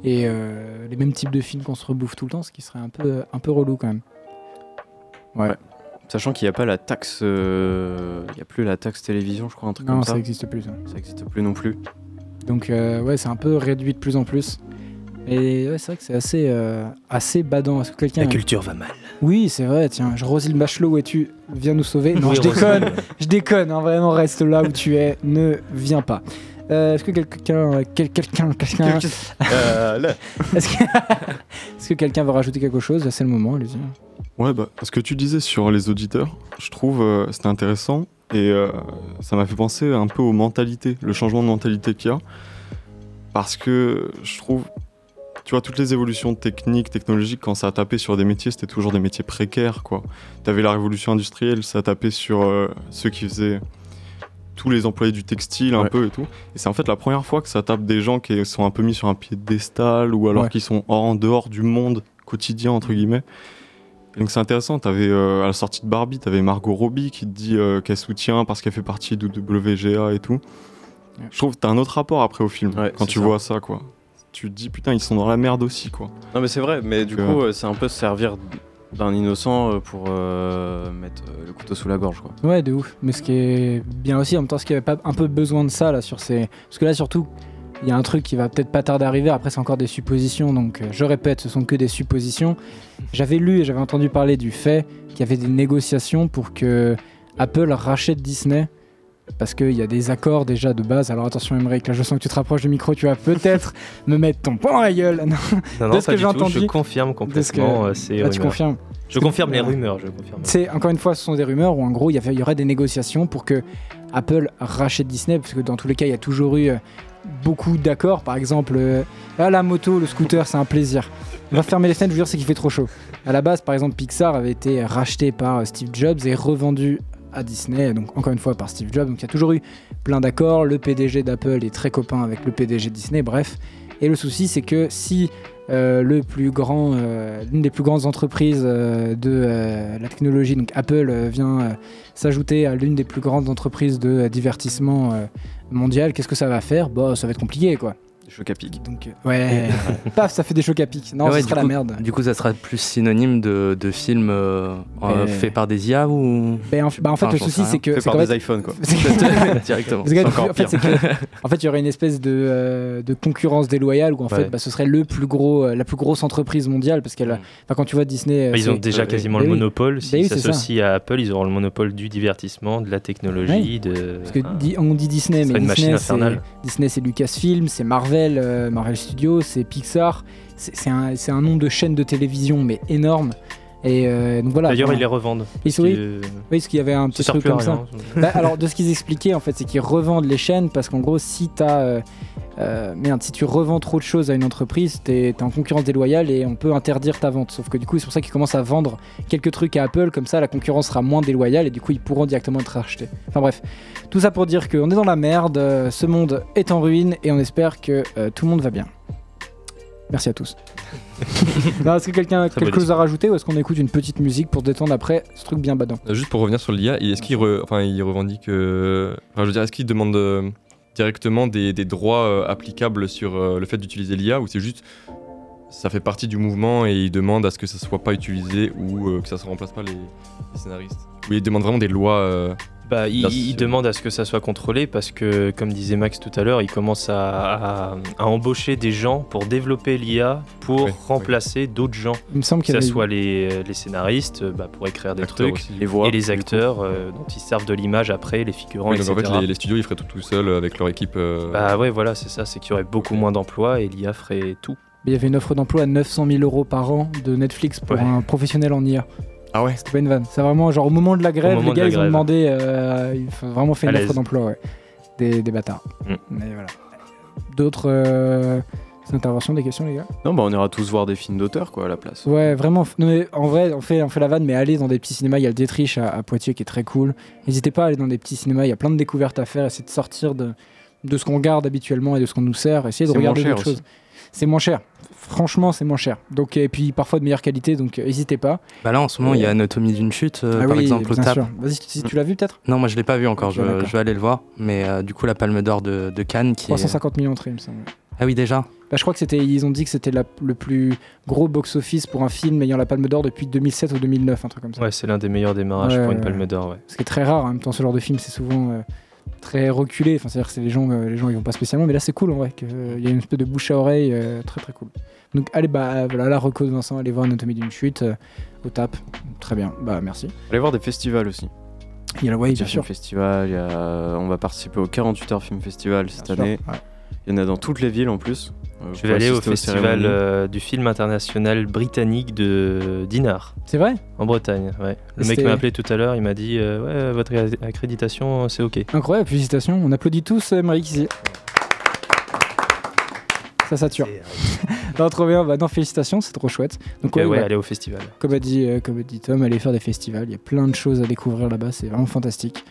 et euh, les mêmes types de films qu'on se rebouffe tout le temps, ce qui serait un peu, un peu relou quand même. Ouais. Sachant qu'il n'y a pas la taxe, euh, il n'y a plus la taxe télévision, je crois, un truc Non, comme ça ça. existe plus, ça. Ça existe plus non plus. Donc euh, ouais, c'est un peu réduit de plus en plus. Et ouais, c'est vrai que c'est assez, euh, assez badant. Est-ce que quelqu'un La culture va mal. Oui, c'est vrai. Tiens, je Roselyne Bachelot, où es-tu Viens nous sauver. Non, Oui, je Roselyne. déconne. je déconne. hein, vraiment, reste là où tu es. Ne viens pas. Euh, Est-ce que quelqu'un, quel- quelqu'un, quelqu'un, Quelqu'un- [LAUGHS] Euh, là. est-ce que, [LAUGHS] est-ce que quelqu'un veut rajouter quelque chose Là, C'est le moment, allez-y. Ouais, bah, ce que tu disais sur les auditeurs, je trouve euh, c'était intéressant et euh, ça m'a fait penser un peu aux mentalités, le changement de mentalité qu'il y a. Parce que je trouve, tu vois, toutes les évolutions techniques, technologiques, quand ça a tapé sur des métiers, c'était toujours des métiers précaires, quoi. T'avais la révolution industrielle, ça tapait sur euh, ceux qui faisaient tous les employés du textile un peu et tout. Et c'est en fait la première fois que ça tape des gens qui sont un peu mis sur un piédestal ou alors Ouais. qui sont hors- en dehors du monde quotidien, entre Mm. guillemets. Et donc c'est intéressant, t'avais, euh, à la sortie de Barbie, t'avais Margot Robbie qui te dit euh, qu'elle soutient parce qu'elle fait partie du WGA et tout. Je trouve que t'as un autre rapport après au film quand c'est tu ça. vois ça, quoi. Tu te dis putain, ils sont dans la merde aussi, quoi. Non mais c'est vrai, mais du Que- coup euh, c'est un peu se servir d'un innocent euh, pour euh, mettre euh, le couteau sous la gorge quoi. Ouais, de ouf. Mais ce qui est bien aussi, en même temps, ce qui avait pas un peu besoin de ça, là, sur ces. Parce que là, surtout, il y a un truc qui va peut-être pas tarder à arriver. Après, c'est encore des suppositions. Donc, euh, je répète, ce sont que des suppositions. J'avais lu et j'avais entendu parler du fait qu'il y avait des négociations pour que Apple rachète Disney. Parce qu'il y a des accords déjà de base. Alors attention, Emmerich, là je sens que tu te rapproches du micro, tu vas peut-être me mettre ton poing dans la gueule. Non, Non, de non, ce pas que du j'ai tout, entendu. je confirme de ce complètement, que- euh, ces Là, tu rumeurs. confirmes. Je confirme les rumeurs, je confirme. C'est encore une fois, ce sont des rumeurs où en gros, il y, avait- il y aurait des négociations pour que Apple rachète Disney, parce que dans tous les cas, il y a toujours eu euh, beaucoup d'accords. Par exemple, euh, ah, la moto, le scooter, c'est un plaisir. On va fermer les fenêtres, je vous jure, c'est qu'il fait trop chaud. À la base, par exemple, Pixar avait été racheté par euh, Steve Jobs et revendu à Disney, donc encore une fois par Steve Jobs. Donc il y a toujours eu plein d'accords. Le PDG d'Apple est très copain avec le PDG de Disney, bref. Et le souci, c'est que si euh, le plus grand, euh, l'une des plus grandes entreprises euh, de euh, la technologie, donc Apple, euh, vient euh, s'ajouter à l'une des plus grandes entreprises de euh, divertissement euh, mondial, qu'est-ce que ça va faire Bah, ça va être compliqué, quoi. Choc à pic. Donc, euh, Ouais, [LAUGHS] paf, ça fait des chocs à pic. Non, Ah ouais, ce du sera la coup- merde. Du coup, ça sera plus synonyme de, de film euh, euh, Mais- fait par des IA [LAUGHS] ou. Ben, en, bah, en fait, Enfin, le j'en souci, sais rien. c'est que. [LAUGHS] c'est qu'en fait- [LAUGHS] Directement. Parce que, c'est encore en fait, pire. c'est que- en fait, il y aurait une espèce de, euh, de concurrence déloyale où en Ouais. fait, bah, ce serait le plus gros, euh, la plus grosse entreprise mondiale parce qu'elle, enfin, quand tu vois Disney, euh, Bah, ils ont c'est- déjà Bah quasiment oui. le monopole. Bah S'ils oui, c'est ça. s'associent à Apple, ils auront le monopole du divertissement, de la technologie, de. Parce que Ah. di- on dit Disney, Ce mais serait une machine Disney, c'est- infernale. Disney, c'est Lucasfilm, c'est Marvel, euh, Marvel Studios, c'est Pixar, c'est c'est un, c'est un nombre de chaînes de télévision mais énorme. Et euh, donc voilà. D'ailleurs, Enfin, ils les revendent. Ils parce sont- oui, qu'ils, euh, oui, parce qu'il y avait un ça petit sert truc plus à comme ça. rien, hein. Bah, alors, de ce qu'ils expliquaient, en fait, c'est qu'ils revendent les chaînes parce qu'en gros, si t'as. euh, euh, merde, si tu revends trop de choses à une entreprise, t'es t'es en concurrence déloyale et on peut interdire ta vente. Sauf que du coup, c'est pour ça qu'ils commencent à vendre quelques trucs à Apple, comme ça la concurrence sera moins déloyale et du coup, ils pourront directement être rachetés. Enfin bref, tout ça pour dire qu'on est dans la merde, euh, ce monde est en ruine et on espère que euh, tout le monde va bien. Merci à tous. Non, est-ce que quelqu'un a Très beau quelque chose à rajouter ou est-ce qu'on écoute une petite musique pour se détendre après ce truc bien badant Euh, Juste pour revenir sur l'IA, et est-ce qu'il re- enfin, il revendique. euh, enfin, je veux dire, est-ce qu'il demande euh, directement des, des droits euh, applicables sur euh, le fait d'utiliser l'IA ou c'est juste. Ça fait partie du mouvement et il demande à ce que ça soit pas utilisé ou euh, que ça ne remplace pas les, les scénaristes Ou il demande vraiment des lois euh, Bah, il, Là, il c'est- demande à ce que ça soit contrôlé parce que, comme disait Max tout à l'heure, il commence à, à- à embaucher des gens pour développer l'IA pour remplacer d'autres gens. Il me semble qu'il y que ce avait- soit les, euh, les scénaristes euh, bah, pour écrire des Acteurs trucs aussi. et, Les voix, les du acteurs euh, dont ils servent de l'image après, les figurants, Oui, donc etc. en fait, les, les studios ils feraient tout tout seuls avec leur équipe. euh, Bah ouais, voilà, c'est ça, c'est qu'il y aurait beaucoup moins d'emplois et l'IA ferait tout. Il y avait une offre d'emploi à 900 000 euros par an de Netflix pour Ouais. un professionnel en IA. Ah ouais C'était pas une vanne. C'est vraiment genre au moment de la grève, moment les de la gars ils ont grève. demandé, euh, ils ont vraiment fait À une l'aise. offre d'emploi, ouais. Des, des bâtards. Mm. Mais voilà. D'autres euh, interventions, des questions les gars Non, bah on ira tous voir des films d'auteur quoi à la place. Ouais, vraiment. f- non, mais en vrai, on fait, on fait la vanne, mais allez dans des petits cinémas. Il y a le Détriche à, à Poitiers qui est très cool. N'hésitez pas à aller dans des petits cinémas. Il y a plein de découvertes à faire. Essayez de sortir de, de ce qu'on garde habituellement et de ce qu'on nous sert. Essayez de C'est regarder moins cher d'autres choses. aussi. C'est moins cher. Franchement, c'est moins cher. Donc, et puis parfois de meilleure qualité. Donc, euh, n'hésitez pas. Bah là, en ce moment, il y a Anatomie d'une chute, euh, Ah par oui, exemple, au bien TAP. sûr. Vas-y, si tu l'as vu peut-être Non, moi je l'ai pas vu encore, Ok, je, d'accord. je vais aller le voir. Mais euh, du coup, la Palme d'Or de, de Cannes qui est- 350 millions d'entrées, il me semble. Ah oui, déjà Bah, je crois que c'était, ils ont dit que c'était la- le plus gros box-office pour un film ayant la Palme d'Or depuis 2007 ou 2009, un truc comme ça. Ouais, c'est l'un des meilleurs démarrages Ouais, pour une ouais, palme d'or, ouais. Ce qui est très rare en même temps, ce genre de film, c'est souvent euh, très reculé. Enfin, c'est-à-dire que c'est les gens, euh, les gens ils vont pas spécialement, mais là c'est cool en vrai. que, euh, Il y a une espèce de bouche à oreille euh, très très cool. Donc allez, bah euh, voilà, la reco de Vincent, allez voir Anatomie d'une chute euh, au tap. Très bien, bah merci. Allez voir des festivals aussi. Il y a le Way, Petit bien Film sûr. Festival, il y a- on va participer au 48 heures Film Festival cette sûr, année. Il y en a dans toutes les villes en plus. Euh, vous Je vais pouvez aller au assister aux festival cérémonies. euh, du film international britannique de Dinard. C'est vrai En Bretagne, ouais. Le mec Et c'était- m'a appelé tout à l'heure, il m'a dit euh, Ouais, votre ac- accréditation, euh, c'est OK. Incroyable, félicitations. On applaudit tous euh, Marie ici. Ça sature. [LAUGHS] non, trop bien. Bah, non, félicitations, c'est trop chouette. Ok, ouais, voilà. allez au festival. Comme a, dit, euh, comme a dit Tom, allez faire des festivals. Il y a plein de choses à découvrir là-bas. C'est vraiment fantastique.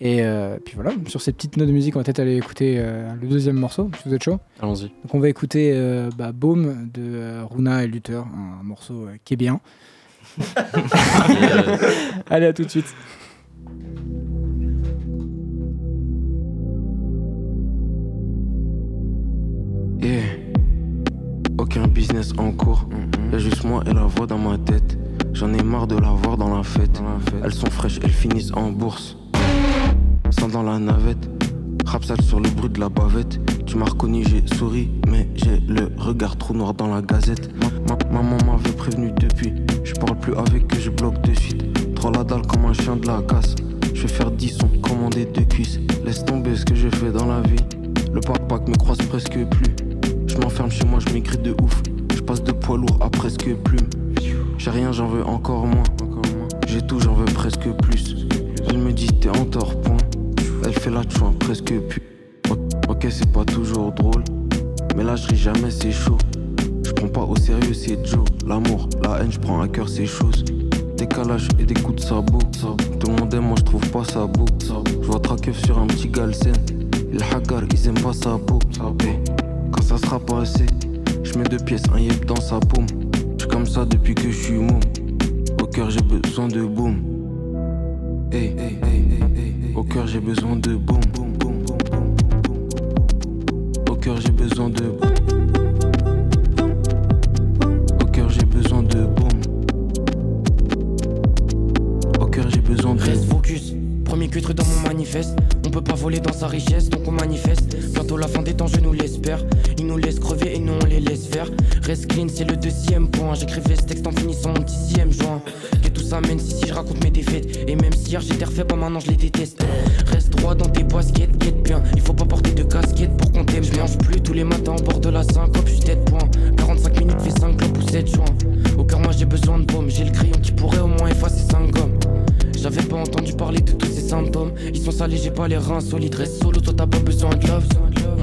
Et euh, puis voilà, sur ces petites notes de musique, on va peut-être aller écouter euh, le deuxième morceau, si vous êtes chaud. Allons-y. Donc on va écouter euh, bah, Baume de euh, Runa et Luther, un morceau euh, qui est bien. allez, à tout de suite. Yeah. Aucun business en cours. Y'a juste moi et la voix dans ma tête. J'en ai marre de la voir dans la fête. Elles sont fraîches, elles finissent en bourse. Sans dans la navette. Rap sale sur le bruit de la bavette. Tu m'as reconnu, j'ai souri, mais j'ai le regard trop noir dans la gazette. Ma- ma- maman m'avait prévenu depuis. Je parle plus avec eux, je bloque de suite. Trop la dalle comme un chien de la casse. Je vais faire 10 sons, commander deux cuisses. Laisse tomber ce que je fais dans la vie. Le pack me croise presque plus. Je m'enferme chez moi, je maigris de ouf. Je passe de poids lourd à presque plume. J'ai rien, j'en veux encore moins. J'ai tout, j'en veux presque plus. Elle me dit t'es en tort, point. Elle fait la chouin, presque pu. O- Ok, c'est pas toujours drôle. Mais là, je ris jamais, c'est chaud. Je prends pas au sérieux, c'est Joe. L'amour, la haine, je prends à cœur ces choses. Décalage et des coups de sabot. Tout le monde aime, moi je trouve pas ça beau. Je vois Trakeuf sur un petit Galsen. Le Hagar, ils aiment pas sa peau. Eh, Quand ça sera pas assez, je mets deux pièces, un yep dans sa paume. Je suis comme ça depuis que je suis môme. Au cœur, j'ai besoin de Eh, boom. Hey, hey, hey, hey, hey, hey. eh, Au cœur, j'ai besoin de boom. Au cœur, j'ai besoin de boom. Au cœur, j'ai besoin de boom. Au cœur, j'ai besoin de Reste focus, premier cuitre dans mon manifeste. On peut pas voler dans sa richesse, donc on manifeste. Bientôt la fin des temps, je nous l'espère. Ils nous laissent crever et nous on les laisse faire. Reste clean, c'est le deuxième point. J'écrivais ce texte en finissant mon petit sixième joint. Que tout ça mène si si je raconte mes défaites. Et même si hier j'étais refait, pas maintenant je les déteste. Reste droit dans tes baskets, guette bien. Il faut pas porter de casquette pour qu'on t'aime. Je mange plus tous les matins en bord de la syncope, je suis tête point. 45 minutes fait 5 globes ou 7 joints. Au cœur, moi j'ai besoin de baume. J'ai le crayon qui pourrait au moins effacer 5 gommes. J'avais pas entendu parler de tous ces symptômes. Ils sont salés, j'ai pas les reins solides. Reste solo, toi t'as pas besoin de love.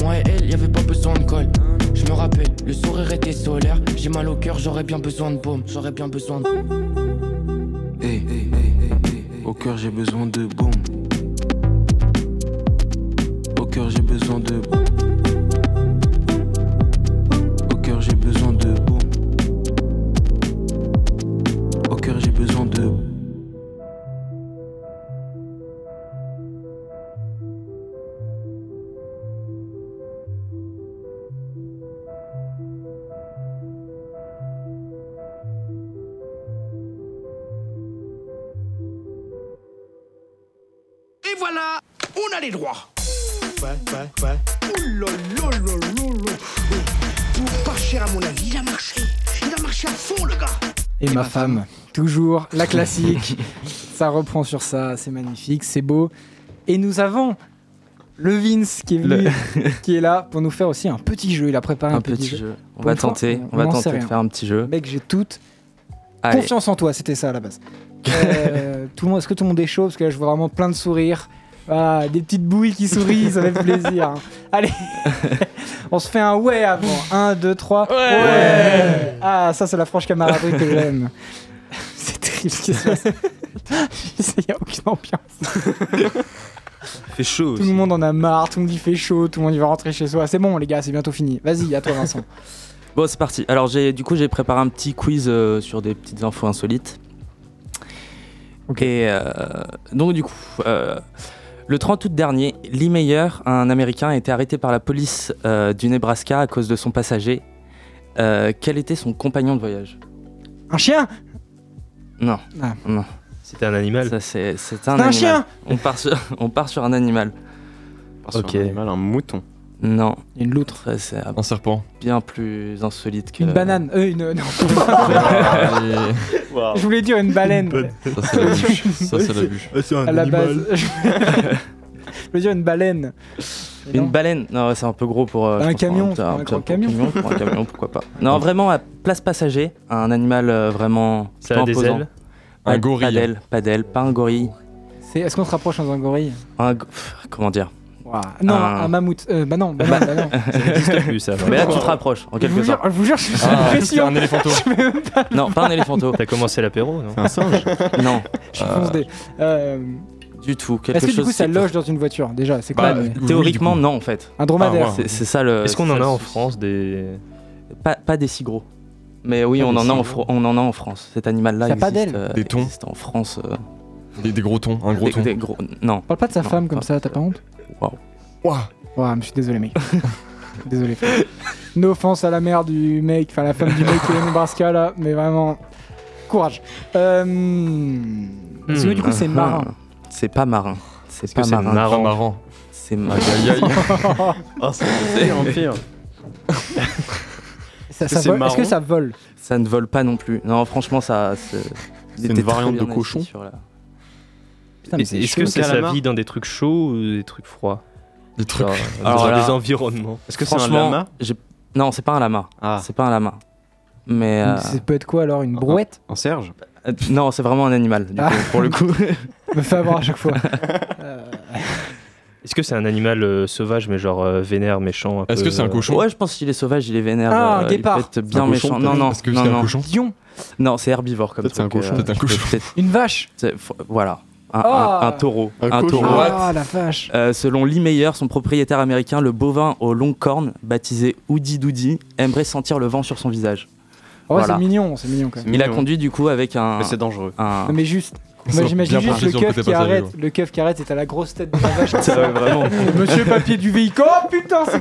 Moi et elle, y'avait pas besoin de colle. Je me rappelle, le sourire était solaire. J'ai mal au cœur, j'aurais bien besoin de baume. J'aurais bien besoin de. Hey, hey, hey, hey, hey, hey. Au cœur j'ai besoin de boum. Au cœur j'ai besoin de boum. Au cœur j'ai besoin de boum. Au cœur j'ai besoin de Et on a les droits. Ouais, ouais, ouais. Pour pas cher à mon avis, il a marché. Il a marché à fond le gars. Et ma femme, toujours la classique. ça reprend sur ça, c'est magnifique, c'est beau. Et nous avons le Vince qui est venu, qui est là pour nous faire aussi un petit jeu. Il a préparé un, Un petit jeu. On Pour va une fois, tenter, on va n'en tenter sait de rien. faire un petit jeu. Mec, j'ai toute Allez. confiance en toi, c'était ça à [LAUGHS] la base. Euh, tout le monde, est-ce que tout le monde est chaud Parce que là, je vois vraiment plein de sourires. Ah, des petites bouilles qui sourient, ça fait [LAUGHS] plaisir. hein. Allez, [LAUGHS] on se fait un ouais avant. 1, 2, 3. Ouais, Ah, ça, c'est la franche camaraderie que j'aime. [LAUGHS] C'est terrible ce qui se passe. [LAUGHS] Il n'y a aucune ambiance. Fait chaud. Tout le monde en a marre, tout le monde y fait chaud, tout le monde y va rentrer chez soi. C'est bon les gars, c'est bientôt fini. Vas-y, à toi Vincent. Bon, c'est parti. Alors, j'ai, du coup, j'ai préparé un petit quiz euh, sur des petites infos insolites. Et euh, donc, du coup, euh, le 30 août dernier, Lee Meyer, un Américain, a été arrêté par la police euh, du Nebraska à cause de son passager. Euh, quel était son compagnon de voyage Un chien Non. Ah. non. C'était un animal Ça, c'est, c'est un, un animal. chien on part, sur, [LAUGHS] on part sur un animal. Ok. Sur un animal, un mouton. Non. Une loutre. C'est Un serpent. bien plus insolite que. Une [LAUGHS] banane. Ah, Euh, une. Non. Je voulais dire une baleine. Ça, c'est la [LAUGHS] bûche. Ça, c'est la bûche. À un la base. [LAUGHS] animal. Je voulais dire une baleine. Mais Une non. baleine Non, c'est un peu gros pour. euh, je Un pense, pour camion, un- pour un- un pour grand un camion. pour un camion, pourquoi [LAUGHS] pas. Non, vraiment, à place passager, un animal euh, vraiment. Ça a plutôt des imposant. ailes Pas- Un Pas gorille. d'ailes, pas d'ailes, pas un gorille. C'est- Est-ce qu'on se rapproche dans un gorille Un. go- pff, Comment dire Ah, Non, un mammouth. Euh, bah non, bah non, bah non. Ça n'existe plus, ça, [LAUGHS] vraiment. Mais là, tu te rapproches, en Je vous quelque jure- sorte. Je vous jure, je suis Ah, c'est [LAUGHS] pression. un éléphanto. Non, pas un éléphanto. [LAUGHS] T'as commencé l'apéro, non un singe Non. Je fonce des- euh, Du tout. Ah. Quelque Est-ce que du chose coup ça qui- loge dans une voiture Déjà, c'est Bah, euh, quoi mais- Théoriquement, non, en fait. Un dromadaire. C'est c'est ça le. Ah, Est-ce qu'on en a en France des. Pas, pas des si gros. Mais oui, Pas on des en, si a en gros. Fro- on en a en France. Cet animal-là. Ça a pas existe, d'ailes euh, Des thons. existe en France. euh, Des, des gros tons, un gros des- ton. des gros- Non. Parle pas de sa Non, femme comme pas- ça, t'as pas honte Waouh. Ouah, Ouah, mais je suis désolé, mec. [LAUGHS] désolé. frère. Une offense à la mère du mec, enfin la femme du mec qui est au Nebraska là, mais vraiment. Courage. Euh... parce que du coup, c'est Mhm. [LAUGHS] marin. C'est pas marin. C'est que pas c'est marin. marrant C'est marin. Aïe, aïe, aïe. Ah, c'est de pire en pire. Ça- ça vole- Est-ce que ça vole Ça ne vole pas non plus. Non, franchement, ça. C'est il une était très variante de bien assis cochon sur la- Mais mais Est-ce c'est que chaud. ça, ça Calamar. vit dans des trucs chauds ou des trucs froids Des trucs. dans là, des environnements. franchement, j'ai- Non, c'est pas un lama. Ah. C'est pas un lama. Mais. euh, Ça peut être quoi alors Une brouette Un serge euh, Non, c'est vraiment un animal, du Ah. coup, pour le coup. Ah. Me fait avoir à [LAUGHS] chaque fois. Euh, Est-ce que c'est un animal euh, sauvage, mais genre euh, vénère, méchant euh, Est-ce que c'est un cochon Ouais, je pense qu'il est sauvage, il est vénère. Ah, un euh, il peut guépard. être bien Un cochon, méchant. peut-être. Non, non. Est-ce que non, c'est un non. cochon Lion Non, c'est herbivore comme Peut-être c'est un truc, cochon. euh, Peut-être un je peux cochon. peut-être- Une vache c'est- fo- Voilà. Un, un- Ah. un taureau. Un Un cochon. taureau. Ah, What la vache. Euh, selon Lee Meyer, son propriétaire américain, le bovin aux longues cornes, baptisé Oudi Doudi, aimerait sentir le vent sur son visage. Ouais, Voilà. Oh, c'est mignon, c'est mignon quand même. Il a conduit du coup avec un. Ah. Mais c'est dangereux. un- Non mais juste, Ils moi sont j'imagine bien juste partis le sur le keuf côté qui passager, arrête, ouais. le keuf qui arrête et t'as la grosse tête de la [LAUGHS] vache. Ça, ouais, vraiment. [LAUGHS] Monsieur papier du véhicule, oh putain, c'est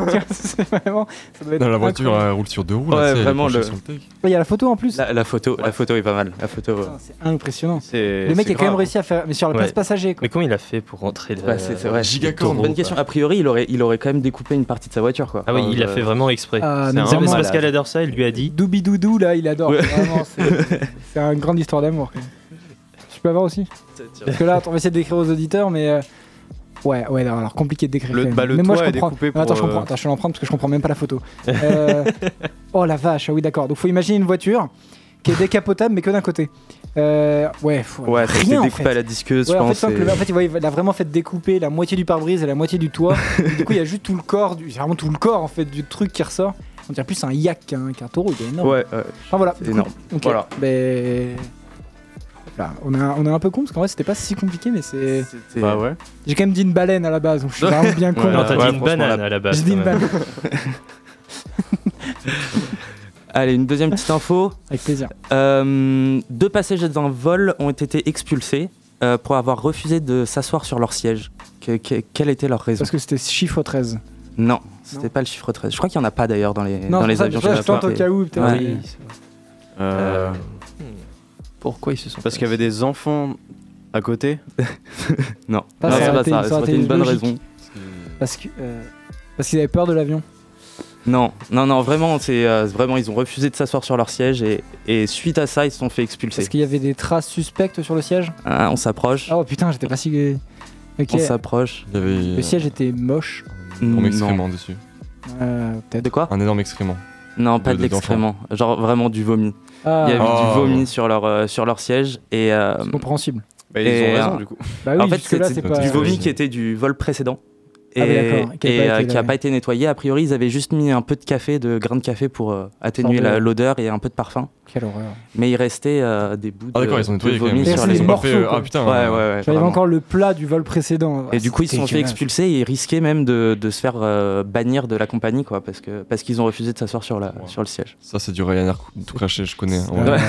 [LAUGHS] c'est vraiment, ça doit être Non, la voiture incroyable. elle roule sur deux roues. là, Ouais, tu sais, elle est vraiment, penchée le- sur tech. Ouais, Il y a la photo en plus. La, la photo, la photo est pas mal. La photo. euh, Impressionnant. Le mec a quand même réussi à faire, mais sur la place Ouais. passager. Quoi. Mais comment il a fait pour rentrer Ah Ouais, Bah, c'est c'est vrai. C'est une bonne question. A priori, il aurait, il aurait quand même découpé une partie de sa voiture, quoi. Ah oui, Enfin, il a euh, fait vraiment exprès. Ah, C'est mais un- vraiment. c'est parce qu'elle adore ça, il lui a dit. Doubidoudou là, il adore. Ouais. Vraiment, [LAUGHS] c'est- c'est une grande histoire d'amour. quoi. Tu peux avoir aussi Parce que là, attends, on va essayer de décrire aux auditeurs, mais. euh, Ouais, ouais, alors, alors, compliqué de décrire. Le- quand même. bah, le mais moi, toit je est comprends. découpé Non, attends, pour, je comprends. euh, Attends, je te l'emprunte parce que je comprends même pas la photo. [LAUGHS] Euh, Oh la vache, ah oui, d'accord. Donc, faut imaginer une voiture qui est décapotable, mais que d'un côté. Euh, ouais, faut- Ouais, ça a été rien en découpé fait. à la disqueuse, Ouais, je en fait, pense, sans que le- et- en fait, il, voit- il a vraiment fait découper la moitié du pare-brise et la moitié du toit. Et du coup, il y a juste tout le corps, du, c'est vraiment tout le corps en fait du truc qui ressort. On dirait plus un yak qu'un qu'un taureau, il est énorme. Ouais, ouais. Enfin voilà. C'est Du coup, énorme. ok. Voilà. Ben, voilà, on, a, on est un peu con parce qu'en vrai c'était pas si compliqué mais c'est. Bah ouais. J'ai quand même dit une baleine à la base donc je suis vraiment [LAUGHS] bien Euh, con. Ouais, non, t'as dit une banane à la base. J'ai dit une quand même. banane. Allez, une deuxième petite info. Avec plaisir. Euh, deux passagers d'un vol ont été expulsés euh, pour avoir refusé de s'asseoir sur leur siège. Que- que- quelle était leur raison parce que c'était chiffre 13. Non, c'était pas le chiffre 13. Je crois qu'il n'y en a pas d'ailleurs dans les, Non, dans c'est les ça, avions. je- je qui tente au partent. cas où, peut-être. Ouais. Oui, Euh, Pourquoi ils se sont Parce qu'il y avait des enfants à côté Non. Pas Ouais, ça aurait bah, été- ça- ça ça aurait aurait été été une bonne logique. raison. Parce que euh, parce qu'ils avaient peur de l'avion. Non, non, non, vraiment, c'est euh, vraiment, ils ont refusé de s'asseoir sur leur siège et, et suite à ça, ils se sont fait expulser. Parce qu'il y avait des traces suspectes sur le siège. Ah, on s'approche. Oh putain, j'étais pas si. Ok. On s'approche. Le siège était moche. Un énorme Non. excrément dessus. Euh, De quoi Un énorme excrément. Non, pas De- de, de- l'excrément, genre vraiment du vomi. Ah. Il y avait Ah. du vomi sur leur, euh, sur leur siège et. euh, compréhensible. Bah, ils ont et, raison, euh, du coup. Bah oui, en fait, jusque-là, c'était c'est pas- du vomi Oui. qui était du vol précédent. Et, Ah oui, d'accord, qui a et, pas été euh, qui n'a lavé. pas été nettoyé. A priori, ils avaient juste mis un peu de café, de grains de café pour euh, atténuer Sorte de- la- l'odeur et un peu de parfum. Quelle horreur. Mais il restait euh, des bouts de, Ah d'accord, ils ont de nettoyé quand vomi même. sur Ils les ont pas fait, euh, quoi. Ah putain. Ouais, ouais, ouais, Il y avait vraiment. encore le plat du vol précédent. Et Ah, du coup, ils se sont fait dégueulasse. expulser et ils risquaient même de, de se faire euh, bannir de la compagnie, quoi, parce que parce qu'ils ont refusé de s'asseoir sur la sur le siège. Ça, c'est du Ryanair cou- tout craché, je connais. en Euh, vrai.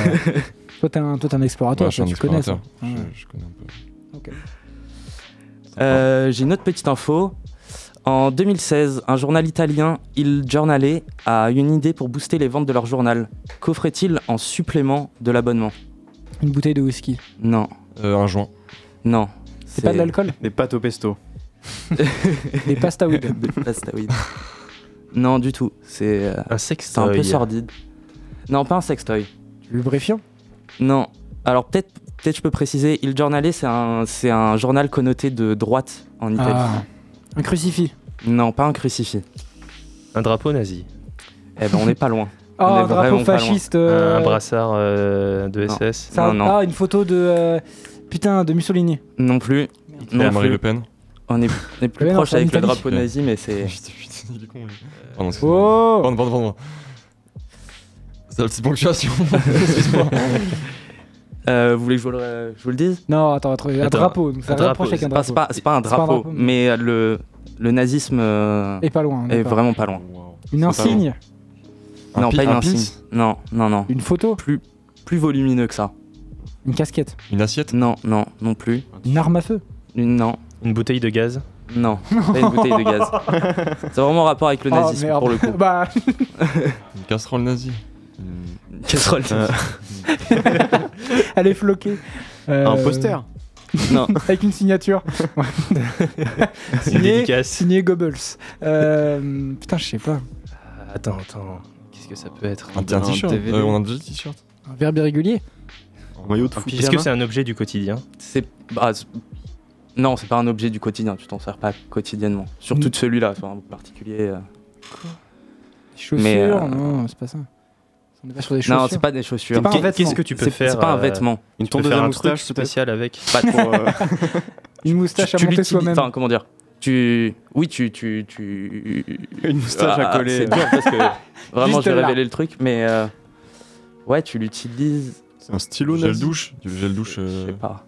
Toi, t'es un, toi, t'es un explorateur, Ouais, je suis toi, un tu connais ça. explorateur. Je- je connais un peu. Euh, J'ai une autre petite info. En 2016, un journal italien, Il Giornale, a eu une idée pour booster les ventes de leur journal. Qu'offrait-il en supplément de l'abonnement Une bouteille de whisky. Non. Euh, un joint. Non. C'est pas de l'alcool Des pâtes au pesto. Des [LAUGHS] pasta weed. Des pasta weed. Non, du tout. C'est euh, Un c'est un peu sextoy. sordide. Non, pas un sextoy. Lubrifiant Non. Alors peut-être peut-être je peux préciser, Il Giornale, c'est un, c'est un journal connoté de droite en Italie. Ah. Un crucifix. Non, pas un crucifix. Un drapeau nazi. Eh ben, on n'est pas loin. Ah, On est un drapeau vraiment pas loin. fasciste, euh, Un brassard euh, de SS. Ça- Ah, une photo de. euh, putain, de Mussolini. Non plus. Hitler, Non Marie plus. Le Pen. On est, on est plus Le Pen, proche enfin, avec le l'Italie. drapeau nazi, [LAUGHS] mais c'est. Il est con, lui. Pardon, excuse-moi. Oh Pardon, pardon, pardon. C'est la petite ponctuation. [LAUGHS] Excuse-moi. Euh, vous voulez que je vous le, je vous le dise Non, attends, attends, un Attends, drapeau. Donc, ça un rapproche avec c'est un pas- drapeau. C'est pas, c'est pas un drapeau, mais euh, le, le nazisme. euh, Est pas loin, on est Est pas- vraiment pas loin. Une insigne Un Non, pi- pas une un insigne. pins Non, non, non. Une photo Plus, plus volumineux que ça. Une casquette Une assiette Non, non, non plus. Une arme à feu Une- Non. Une bouteille de [LAUGHS] gaz Non, pas une bouteille de gaz. C'est vraiment en rapport avec le Oh, nazisme merde. pour le coup. [LAUGHS] bah. Une casserole nazie. Une casserole Elle est floquée. Euh, Un poster Non. Avec [LAUGHS] une signature. Ouais. dédicace. Signé Goebbels. Euh, putain, je sais pas. Attends, attends. Qu'est-ce que ça peut être Un, un t-shirt. DVD. Euh, on a deux t-shirts. Un verbe irrégulier Un maillot de Est-ce que c'est un objet du quotidien C'est. bah, c'est- non, c'est pas un objet du quotidien, tu t'en sers pas quotidiennement. Mm. Surtout de celui-là, enfin, en particulier. euh. Chaussures Mais, euh, Non, c'est pas ça. On est pas sur des chaussures. Non, c'est pas des chaussures. C'est pas un vêtement. Qu'est-ce que tu peux C'est- faire C'est pas un euh, vêtement. tu peux faire un truc spécial avec. Bah, Pas pour, euh, Une moustache à tu monter l'utilises- soi-même. Enfin, comment dire tu... Oui, tu, tu, tu... [LAUGHS] Ah, Une moustache à coller. C'est dur parce que vraiment, Juste j'ai là. révélé le truc, mais... euh, Ouais, tu l'utilises... C'est un stylo Gel nazi douche. Du gel douche. euh, Je sais pas.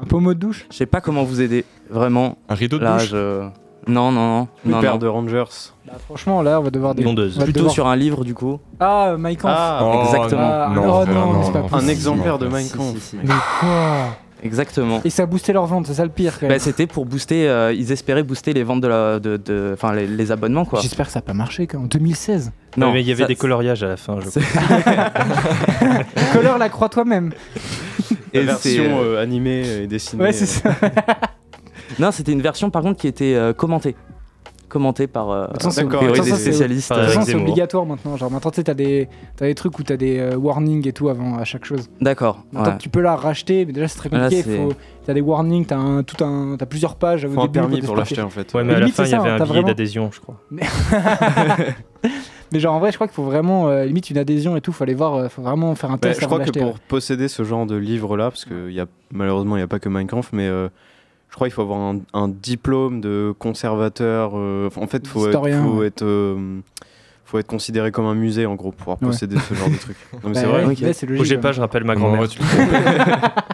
Un pommeau de douche Je sais pas comment vous aider, vraiment. Un rideau de Là, douche je... Non, non, non. Une non, paire non. de Rangers. Bah, Franchement, là, on va devoir des. on va Plutôt devoir- sur un livre, du coup. Ah, My Kampf. Ah, Oh, exactement. Ah, non, oh, non, non, non, mais c'est pas non. possible. Un exemplaire de Mein Si, Kampf. Bah, si, si. Mais quoi Exactement. Et ça boostait leur vente, c'est ça le pire. quand Ah. Bah, même. c'était pour booster, euh, ils espéraient booster les ventes de la, de, de- enfin les, les abonnements quoi. J'espère que ça n'a pas marché quand en 2016. Non, mais il y avait ça- des coloriages à la fin, je crois. Color la croix toi-même. Et Et version c'est, euh, animée et dessinée. euh, Ouais, c'est ça. Non, c'était une version par contre qui était euh, commentée, commentée par euh, Attends, c'est- a priori, attends, des ça, c'est- spécialistes. De toute façon, c'est obligatoire maintenant. Genre maintenant, tu sais, t'as des, t'as des trucs où t'as des euh, warnings et tout avant à chaque chose. D'accord. Maintenant, ouais. tu peux la racheter, mais déjà c'est très compliqué. Là, c'est- faut- T'as des warnings, t'as un, tout un, t'as plusieurs pages. au Faut un début permis pour l'acheter, t'expliquer. en fait. Ouais, mais à la Limite, fin, il c'est y ça, avait hein, un t'as billet vraiment- d'adhésion, je crois. Mais genre en vrai, je crois qu'il faut vraiment euh, limite une adhésion et tout. Faut aller voir, euh, faut vraiment faire un Bah, test. je avant crois que d'acheter, pour ouais. posséder ce genre de livre-là, parce que y a, malheureusement, il n'y a pas que Minecraft, mais euh, je crois qu'il faut avoir un, un diplôme de conservateur. euh, enfin, en fait, il faut, être, D'historien, faut, ouais. être, euh, faut être considéré comme un musée, en gros, pour pouvoir Ouais. posséder ce genre de [LAUGHS] truc. Non, mais Bah c'est ouais, vrai. ouais, c'est logique, Bougez pas, ouais. je rappelle ma Ah, mais en grand-mère. vrai, tu le-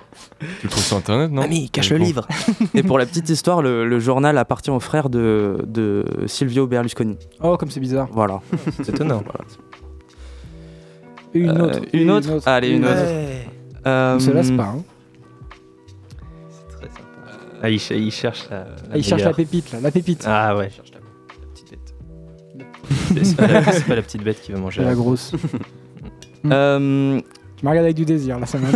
tu le trouves sur internet, non Mamie, cache Du le coup. livre. Et pour la petite histoire, le, le journal appartient au frère de, de Silvio Berlusconi. Oh, comme c'est bizarre. Voilà. C'est étonnant. Une Euh, autre. une autre Allez, une autre. Euh, On se lasse pas. hein. Ah, il, ch- il cherche la. la Ah, il cherche la meilleure. pépite, là, la pépite. Ah ouais. [LAUGHS] C'est c'est pas, la- c'est pas la petite bête qui va manger. C'est la grosse. Euh, [LAUGHS] Tu me regardes avec du désir, là, ça m'a.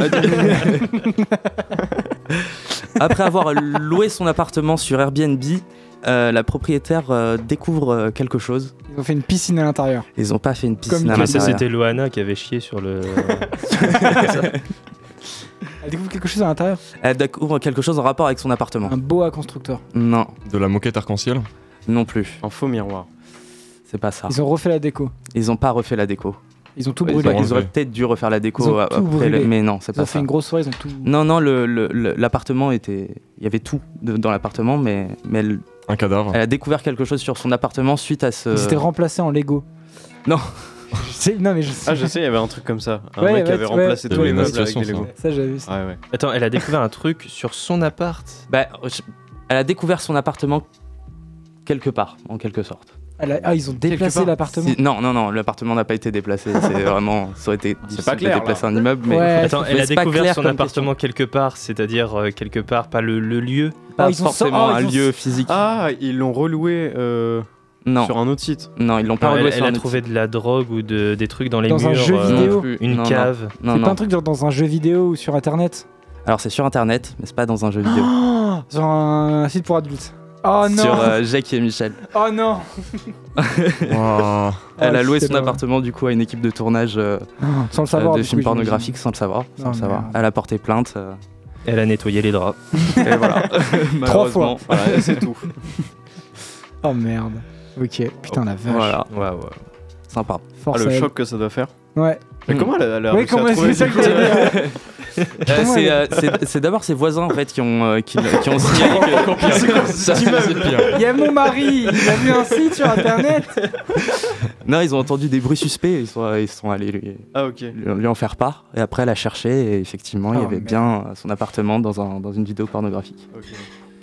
Après avoir loué son appartement sur Airbnb, euh, la propriétaire euh, découvre euh, quelque chose. Ils ont fait une piscine à l'intérieur. Ils ont pas fait une piscine Comme à que- Ça, l'intérieur. c'était Loana qui avait chié sur le. Elle découvre quelque chose à l'intérieur. Elle découvre quelque chose en rapport avec son appartement. Un boa constructeur. Non. De la moquette arc-en-ciel Non plus. Un faux [LAUGHS] miroir. C'est pas ça. Ils ont refait la déco. Ils ont pas refait la déco. Ils ont tout Ils brûlé. auraient- Ils auraient peut-être dû refaire la déco Ils ont a- tout après, le- brûlé. mais non, c'est Ils ont pas fait ça. une grosse soirée, ils ont tout. Non, non, le- le- le- l'appartement était. Il y avait tout de- dans l'appartement, mais, mais elle. Un cadavre. Elle a découvert quelque chose sur son appartement suite à ce. Ils étaient remplacés en Lego. Euh, Non. [LAUGHS] Je sais- non mais je sais. Ah, je sais, il y avait un truc comme ça. Un Ouais, mec ouais, avait ouais. remplacé tous Ouais, les ouais, meubles avec ouais, des ouais. Lego. Ah, Ça, j'avais vu ça. Ouais, ouais. Attends, elle a découvert un truc sur son appart. Bah, je- elle a découvert son appartement quelque part, en quelque sorte. Elle a- Ah, ils ont déplacé l'appartement. Si- Non, non, non, l'appartement n'a pas été déplacé. [LAUGHS] C'est vraiment, ça aurait été difficile pas clair, de déplacer là. un immeuble. Mais Attends, elle mais a c'est pas clair découvert son comme appartement quelque part, c'est-à-dire euh, quelque part, pas le, le lieu. Pas Ah, ils ont sor- forcément ah, ils un ont- lieu physique. Ah, ils l'ont reloué euh, Non. sur un autre [LAUGHS] site. Non, ils l'ont pas Non, Ah, elle, reloué sur elle a un autre trouvé de la drogue ou de, des trucs dans les Dans murs. un jeu euh, vidéo. Une Non, non. cave. Non, c'est non. pas un truc genre dans un jeu vidéo ou sur internet. site. Alors c'est sur internet, mais c'est pas dans un jeu vidéo. Oh, sur un site pour adultes. Oh non. Sur euh, Jackie et Michel. [LAUGHS] Oh non. Eh. Oh. Elle a loué c'est son Ah, pas appartement du coup à une équipe de tournage euh, Ah, sans le savoir, de du films coup, j'imagine. pornographiques sans le savoir. sans Non, le savoir. merde. Elle a porté plainte. euh, Elle a nettoyé les draps. et voilà. Malheureusement, fois. voilà, et [LAUGHS] c'est tout. Oh merde. Ok. Putain la vache. Ah. Voilà. Sympa. Force Ah, le à elle. choc que ça doit faire. Ouais. Mais Mm. comment elle a, elle a Ouais, réussi à Hmm. comment- trouver c'est ça cette que j'allais photo Euh, Comment c'est, elle- euh, c'est- c'est d'abord ses voisins en fait qui ont, euh, [LAUGHS] qui, qui ont euh, signalé que- [LAUGHS] Ça, c'est pire. Il y a mon mari. Il a vu un site sur internet. Non, ils ont entendu des bruits suspects, ils sont, ils sont allés lui, lui- lui en faire part. Et après, elle a cherché, et effectivement, il y Ah, avait merde. bien euh, son appartement dans, un- dans une vidéo pornographique.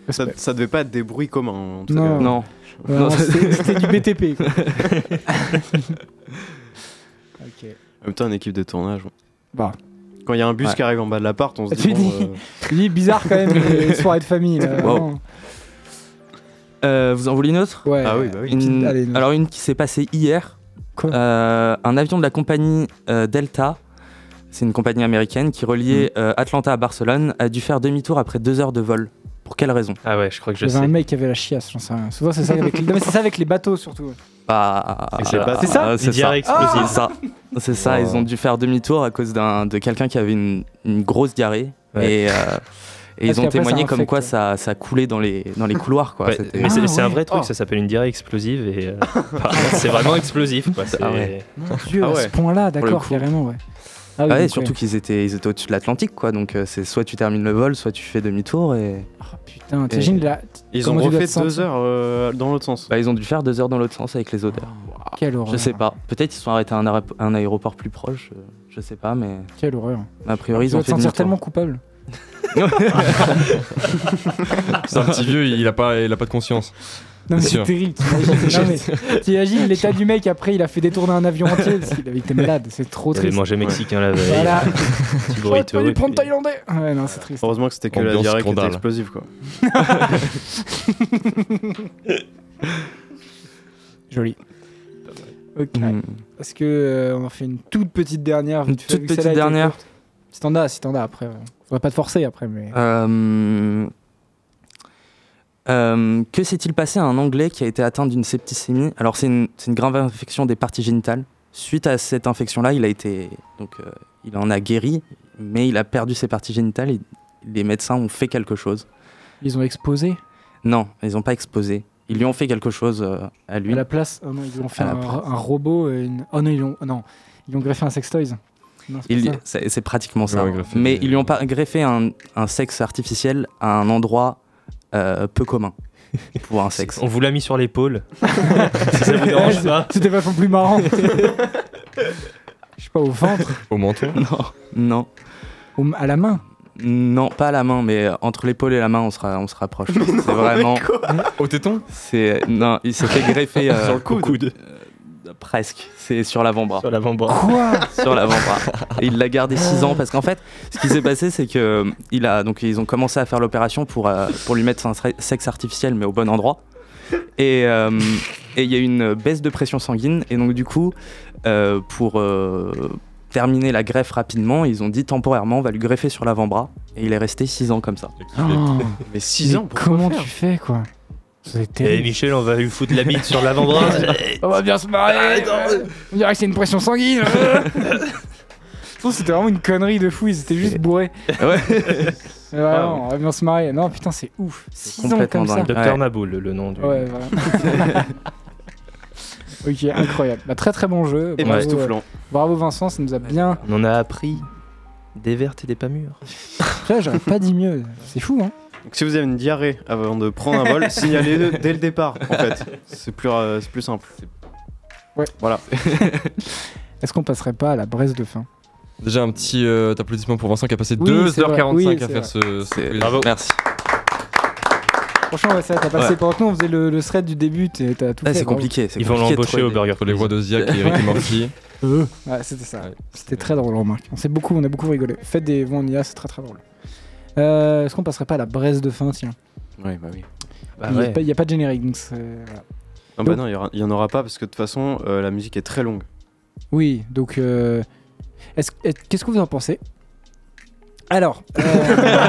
ça, ça devait pas être des bruits communs. En tout Non. cas. Non. Ouais, non, c'était c'était du BTP. quoi. [LAUGHS] ok. En même temps, une équipe de tournage. ouais. Bah. Quand il y a un bus Ouais. qui arrive en bas de l'appart, on se dit. [LAUGHS] Tu bon, dis, euh, tu dis bizarre quand [LAUGHS] même les soirées de famille. là, Wow. vraiment. Euh, vous en voulez une autre Ouais. Ah oui, bah oui. Une- Petite- allez, une alors une qui s'est passée hier. Euh, un avion de la compagnie euh, Delta, c'est une compagnie américaine qui reliait euh, Atlanta à Barcelone, a dû faire demi-tour après deux heures de vol. Pour quelle raison Ah ouais, je crois que J'avais un mec qui avait la chiasse, j'en sais rien. Souvent c'est ça avec les, non, mais c'est ça avec les bateaux surtout. Bah, C'est que Ah, c'est pas- c'est ça, Une diarrhée explosive. C'est ça. C'est ça, Oh. Ils ont dû faire demi-tour à cause d'un de quelqu'un qui avait une, une grosse diarrhée Ouais. et, euh, et Parce ils ont qu'après, témoigné ça comme quoi infecte. ça, Ah ça coulait dans les dans les couloirs quoi. Ouais, C'était- mais c'est Ah, c'est un vrai Oh. truc, ça s'appelle une diarrhée explosive et euh, [LAUGHS] bah, c'est vraiment explosif. Quoi. Ah ouais. c'est- Mon Dieu, Ah à ouais. ce point-là, Pour le d'accord, coup. carrément, ouais. Ah oui, ouais, donc, surtout ouais. qu'ils étaient ils étaient au-dessus de l'Atlantique quoi. Donc euh, c'est soit tu termines le vol, soit tu fais demi-tour et. Putain, t'imagines là. Ils ont Comment tu dois refait te sentir deux heures euh, dans l'autre sens. Bah, ils ont dû faire deux heures dans l'autre sens avec les odeurs. Quelle horreur. Je sais pas. Peut-être ils sont arrêtés à un, aéro- un aéroport plus proche. euh, Je sais pas, mais. Quelle horreur. A priori, Tu ils ont dois te fait sentir demi-tour. tellement coupable. [LAUGHS] C'est un petit vieux, il a pas, il a pas de conscience. Non mais Bien c'est sûr. terrible, [LAUGHS] t'imagines, non, mais t'imagines l'état du mec après il a fait détourner un avion entier parce qu'il avait été malade, c'est trop Il avait triste. mangé mexicain la veille. Voilà. [LAUGHS] Petit J'aurais burrito. pas dû et prendre puis- euh, thaïlandais. Ouais non c'est triste. Heureusement que c'était que la Ambiance diarrhée qui était scandale. explosive quoi. Joli. Ok. Est-ce que euh, on en fait une toute petite dernière Mm. Une vite fait, toute vu que petite celle-là était dernière. courte Si t'en as, si t'en as après. ouais. Faudrait pas te forcer après mais. Euh, euh, que s'est-il passé à un Anglais qui a été atteint d'une septicémie Alors, c'est une, c'est une grave infection des parties génitales. Suite à cette infection-là, il a été. Donc, euh, il en a guéri, mais il a perdu ses parties génitales. et les médecins ont fait quelque chose. Ils ont exposé Non, ils n'ont pas exposé. Ils lui ont fait quelque chose euh, à lui. à la place. ah non, ils lui ont fait À la un, place. un robot. et Une... Oh non ils ont non ils lui ont greffé un sextoys. Non, c'est pas Il- ça. C'est c'est pratiquement ça. Ouais, greffé mais ils lui ont pas greffé un, un sexe artificiel à un endroit euh, peu commun pour un sexe. On vous l'a mis sur l'épaule. [LAUGHS] si ça vous dérange pas. C'était vachement [LAUGHS] plus marrant. Je sais pas au ventre, Au menton Non. Non. au- à la main. Non, pas à la main, mais euh, entre l'épaule et la main, on se, ra- on se rapproche. C'est vraiment. Au téton C'est non, il s'est fait greffer euh, Sur le coude. au Euh, presque. C'est sur l'avant-bras. Sur Oh, l'avant-bras. Quoi Sur [LAUGHS] l'avant-bras. Et Il l'a gardé 6 ans parce qu'en fait, ce qui s'est passé, c'est que euh, il a donc ils ont commencé à faire l'opération pour euh, pour lui mettre un sre- sexe artificiel, mais au bon endroit. Et euh, et il y a eu une baisse de pression sanguine et donc du coup euh, pour euh, terminer la greffe rapidement, ils ont dit temporairement on va lui greffer sur l'avant-bras Et il est resté 6 ans comme ça. Oh. mais 6 Mais ans Comment tu fais, quoi C'est Et terrible. Michel, on va lui foutre la bite sur [LAUGHS] l'avant-bras. On va bien se marrer. On dirait que c'est une pression sanguine. Je trouve que c'était vraiment une connerie de fou. Ils étaient juste bourrés. [LAUGHS] Ouais. Mais vraiment, on va bien se marrer. Non, putain, c'est ouf. 6 ans comme ça. Docteur Maboul, le nom du. Ouais, voilà. [LAUGHS] ok, incroyable. Bah, très très bon jeu. Et Bravo, m'estoufflant. euh, Bravo Vincent, ça nous a bien. On en a appris des vertes et des pas mûres. Là, j'aurais pas dit mieux. C'est fou, hein. Donc si vous avez une diarrhée avant de prendre un vol, signalez-le dès le départ, en fait. C'est plus, euh, c'est plus simple. Ouais. Voilà. Est-ce qu'on passerait pas à la braise de fin Déjà un petit euh, applaudissement pour Vincent qui a passé Oui, c'est vrai. 2h45 Oui, à c'est faire vrai. ce. ce quiz. Merci. Franchement, ouais, ça, t'as passé Ouais. pendant que nous, on faisait le, le thread du début, t'es- t'as tout fait. bravo. Ils vont l'embaucher au burger. Les voix de Ziak et Rick et [LAUGHS] Morty. Euh, ouais, c'était ça. c'était très drôle, remarque. On, s'est beaucoup, on a beaucoup rigolé. Faites des vents en IA, c'est très très drôle. Euh, Est-ce qu'on passerait pas à la braise de fin, tiens Ouais, bah oui. Il n'y a, pas- il y a pas de générique, donc c'est- voilà. Non, bah non, il y aura- il y en aura pas parce que de toute façon, euh, la musique est très longue. Oui, donc. euh, est-ce- est- Qu'est-ce que vous en pensez Alors. euh,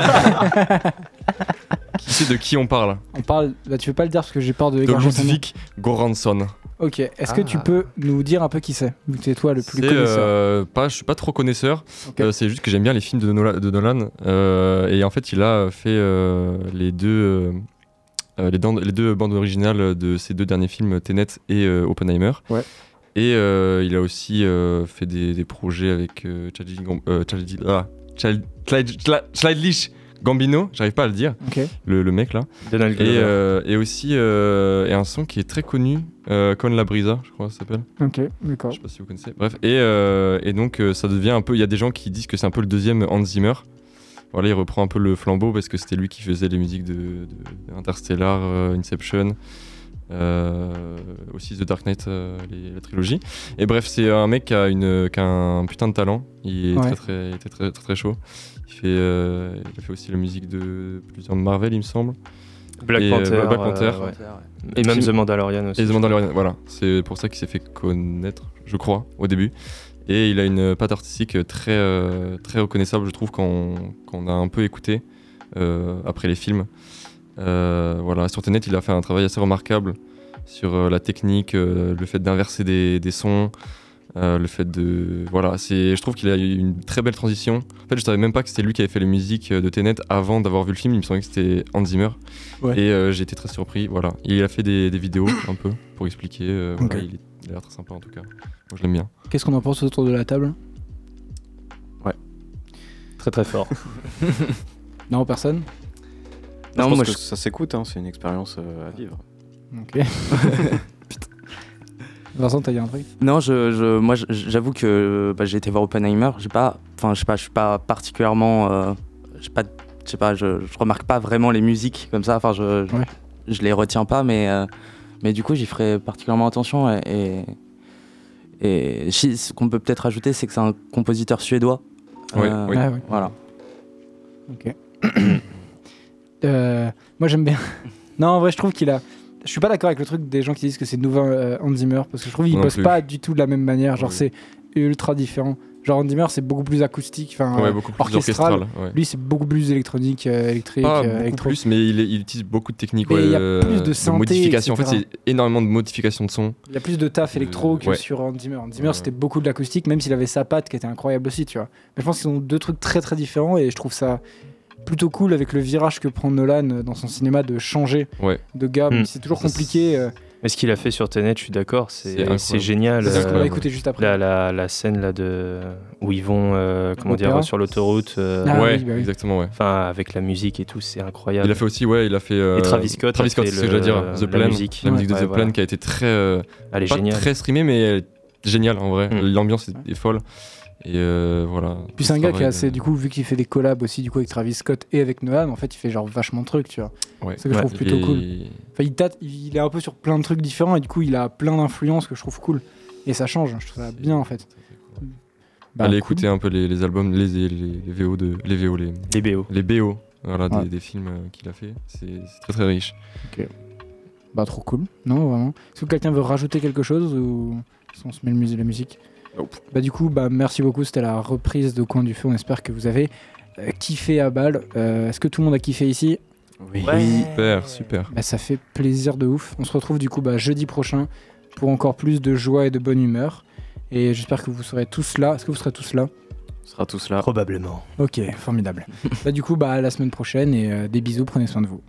Qui sait de qui on parle on parle. Bah, tu veux pas le dire parce que j'ai peur de. De écorcher son nom. Ludwig Goransson. Ok, est-ce que tu Ah. peux nous dire un peu qui c'est Vu que c'est toi le plus C'est, connaisseur. euh, pas, je suis pas trop connaisseur. Euh, c'est juste que j'aime bien les films de Nola- de Nolan. euh, et en fait, il a fait euh, les deux. euh, euh, les, dan- les deux bandes originales de ces deux derniers films, Tenet et euh, Oppenheimer. Ouais. Et euh, il a aussi euh, fait des, des projets avec euh, Chadli Gam- euh, Chadli- ah, Chal- Clyde- Cla- Childish Gambino, j'arrive pas à le dire, Ok. le, le mec là. Donald et, Glover. euh, et aussi euh, et un son qui est très connu, euh, Con La Brisa, je crois que ça s'appelle. Ok, d'accord. Je sais pas si vous connaissez. Bref, et, euh, et donc euh, ça devient un peu. Il y a des gens qui disent que c'est un peu le deuxième Hans Zimmer. Voilà, il reprend un peu le flambeau parce que c'était lui qui faisait les musiques de, de- Interstellar, euh, Inception, euh, aussi The Dark Knight, euh, les- la trilogie. Et bref, c'est un mec qui a, une, qui a un putain de talent. Il est Ouais. très, très, il était très, très, très chaud. Il, fait, euh, il a fait aussi la musique de plusieurs Marvel, il me semble. Black Et, euh, Panther, Black euh, Panther. ouais. Et même The Mandalorian aussi, Et je The crois. Mandalorian, voilà. C'est pour ça qu'il s'est fait connaître, je crois, au début. Et il a une patte artistique très, euh, très reconnaissable, je trouve, quand on, quand on a un peu écouté euh, après les films. Euh, voilà, sur Tenet, il a fait un travail assez remarquable sur euh, la technique, euh, le fait d'inverser des, des sons, euh, le fait de. Voilà, c'est, je trouve qu'il a eu une très belle transition. En fait, je savais même pas que c'était lui qui avait fait les musiques euh, de Tenet avant d'avoir vu le film. Il me semblait que c'était Hans Zimmer. Ouais. Et euh, j'ai été très surpris. Voilà, il a fait des, des vidéos un peu pour expliquer. euh, voilà, Ok. il, est- il a l'air très sympa en tout cas. Moi, je l'aime bien. Qu'est-ce qu'on en pense autour de la table Très très fort. Non, personne Non, Non, je pense moi, que je- ça s'écoute, hein, c'est une expérience euh, à vivre. Ok. Vincent, t'as dit un truc Non, je, je- moi, je- j'avoue que bah, j'ai été voir Oppenheimer. J'ai pas, enfin, je sais pas, je suis pas particulièrement, euh, j'ai pas, je sais pas, je, je remarque pas vraiment les musiques comme ça. Enfin, je, je, Ouais. je les retiens pas, mais, euh, mais du coup, j'y ferai particulièrement attention. Et, et, et si- ce qu'on peut peut-être ajouter, c'est que c'est un compositeur suédois. Euh, Ouais, oui. Ah, oui. Voilà. Ok. Euh, moi, j'aime bien. [LAUGHS] non, en vrai, je trouve qu'il a. Je suis pas d'accord avec le truc des gens qui disent que c'est nouveau euh, Hans Zimmer parce que je trouve qu'il Non bosse plus. pas du tout de la même manière. Genre, Oui. c'est ultra différent. Genre, Hans Zimmer, c'est beaucoup plus acoustique, enfin, Ouais, euh, beaucoup plus orchestral. orchestral, ouais. Lui, c'est beaucoup plus électronique, euh, électrique, Pas euh, beaucoup électro. plus, mais il, est- il utilise beaucoup de techniques. Mais il y a ouais, plus de synthé, modifications. En fait, etc. c'est énormément de modifications de son. Il y a plus de taf électro que Euh, ouais. sur Hans Zimmer. Hans Zimmer, c'était beaucoup de l'acoustique, même s'il avait sa patte qui était incroyable aussi, tu vois. Mais je pense qu'ils ont deux trucs très très différents et je trouve ça plutôt cool avec le virage que prend Nolan euh, dans son cinéma de changer Ouais. de gamme. Hmm. C'est toujours Ça, compliqué. euh, Mais ce qu'il a fait sur Tenet, je suis d'accord, C'est c'est incroyable. c'est génial. euh, C'est ce qu'on va écouter juste après. La, la- la scène là de où ils vont, euh, comment Opéra. dire, sur l'autoroute. euh, Ah Ouais, oui, bah oui. exactement, ouais. Enfin, avec la musique et tout, c'est incroyable. Il a fait aussi, ouais, il a fait. euh, et Travis Scott. a Travis Scott, fait c'est ce que le- j'allais dire. The la Plan. musique. La musique de Ouais, The voilà. Plan qui a été très. euh, Elle est pas géniale. Mm. Très streamée, mais elle est géniale en vrai. L'ambiance est, est folle. Et euh, voilà. euh, Puis c'est un gars qui est Travail, assez, du coup, vu qu'il fait des collabs aussi du coup avec Travis Scott et avec Nolan, en fait, il fait genre vachement de trucs, tu vois. Ouais. C'est que je Ouais. trouve plutôt Et- cool. Enfin, il, tâte- il est un peu sur plein de trucs différents et du coup, il a plein d'influences que je trouve cool. Et ça change, je trouve ça bien en fait. Bah, Allez cool. écouter un peu les, les albums, les, les, les VO de. Les VO, les. Les BO. Les BO. Voilà, des- Ouais. des, films euh, qu'il a fait. C'est c'est très très riche. Bah trop cool, non vraiment. Est-ce que quelqu'un veut rajouter quelque chose ou est-ce qu'on se met le mus- la musique Bah du coup, bah merci beaucoup, c'était la reprise de Coin du Feu, on espère que vous avez euh, kiffé à balle. Euh, Est-ce que tout le monde a kiffé ici Oui. Oui. Super, super. Bah, ça fait plaisir de ouf. On se retrouve du coup bah, jeudi prochain pour encore plus de joie et de bonne humeur. Et j'espère que vous serez tous là. Est-ce que vous serez tous là On sera tous là. Probablement. [LAUGHS] Ok, formidable. bah, du coup, bah, à la semaine prochaine et euh, des bisous, prenez soin de vous.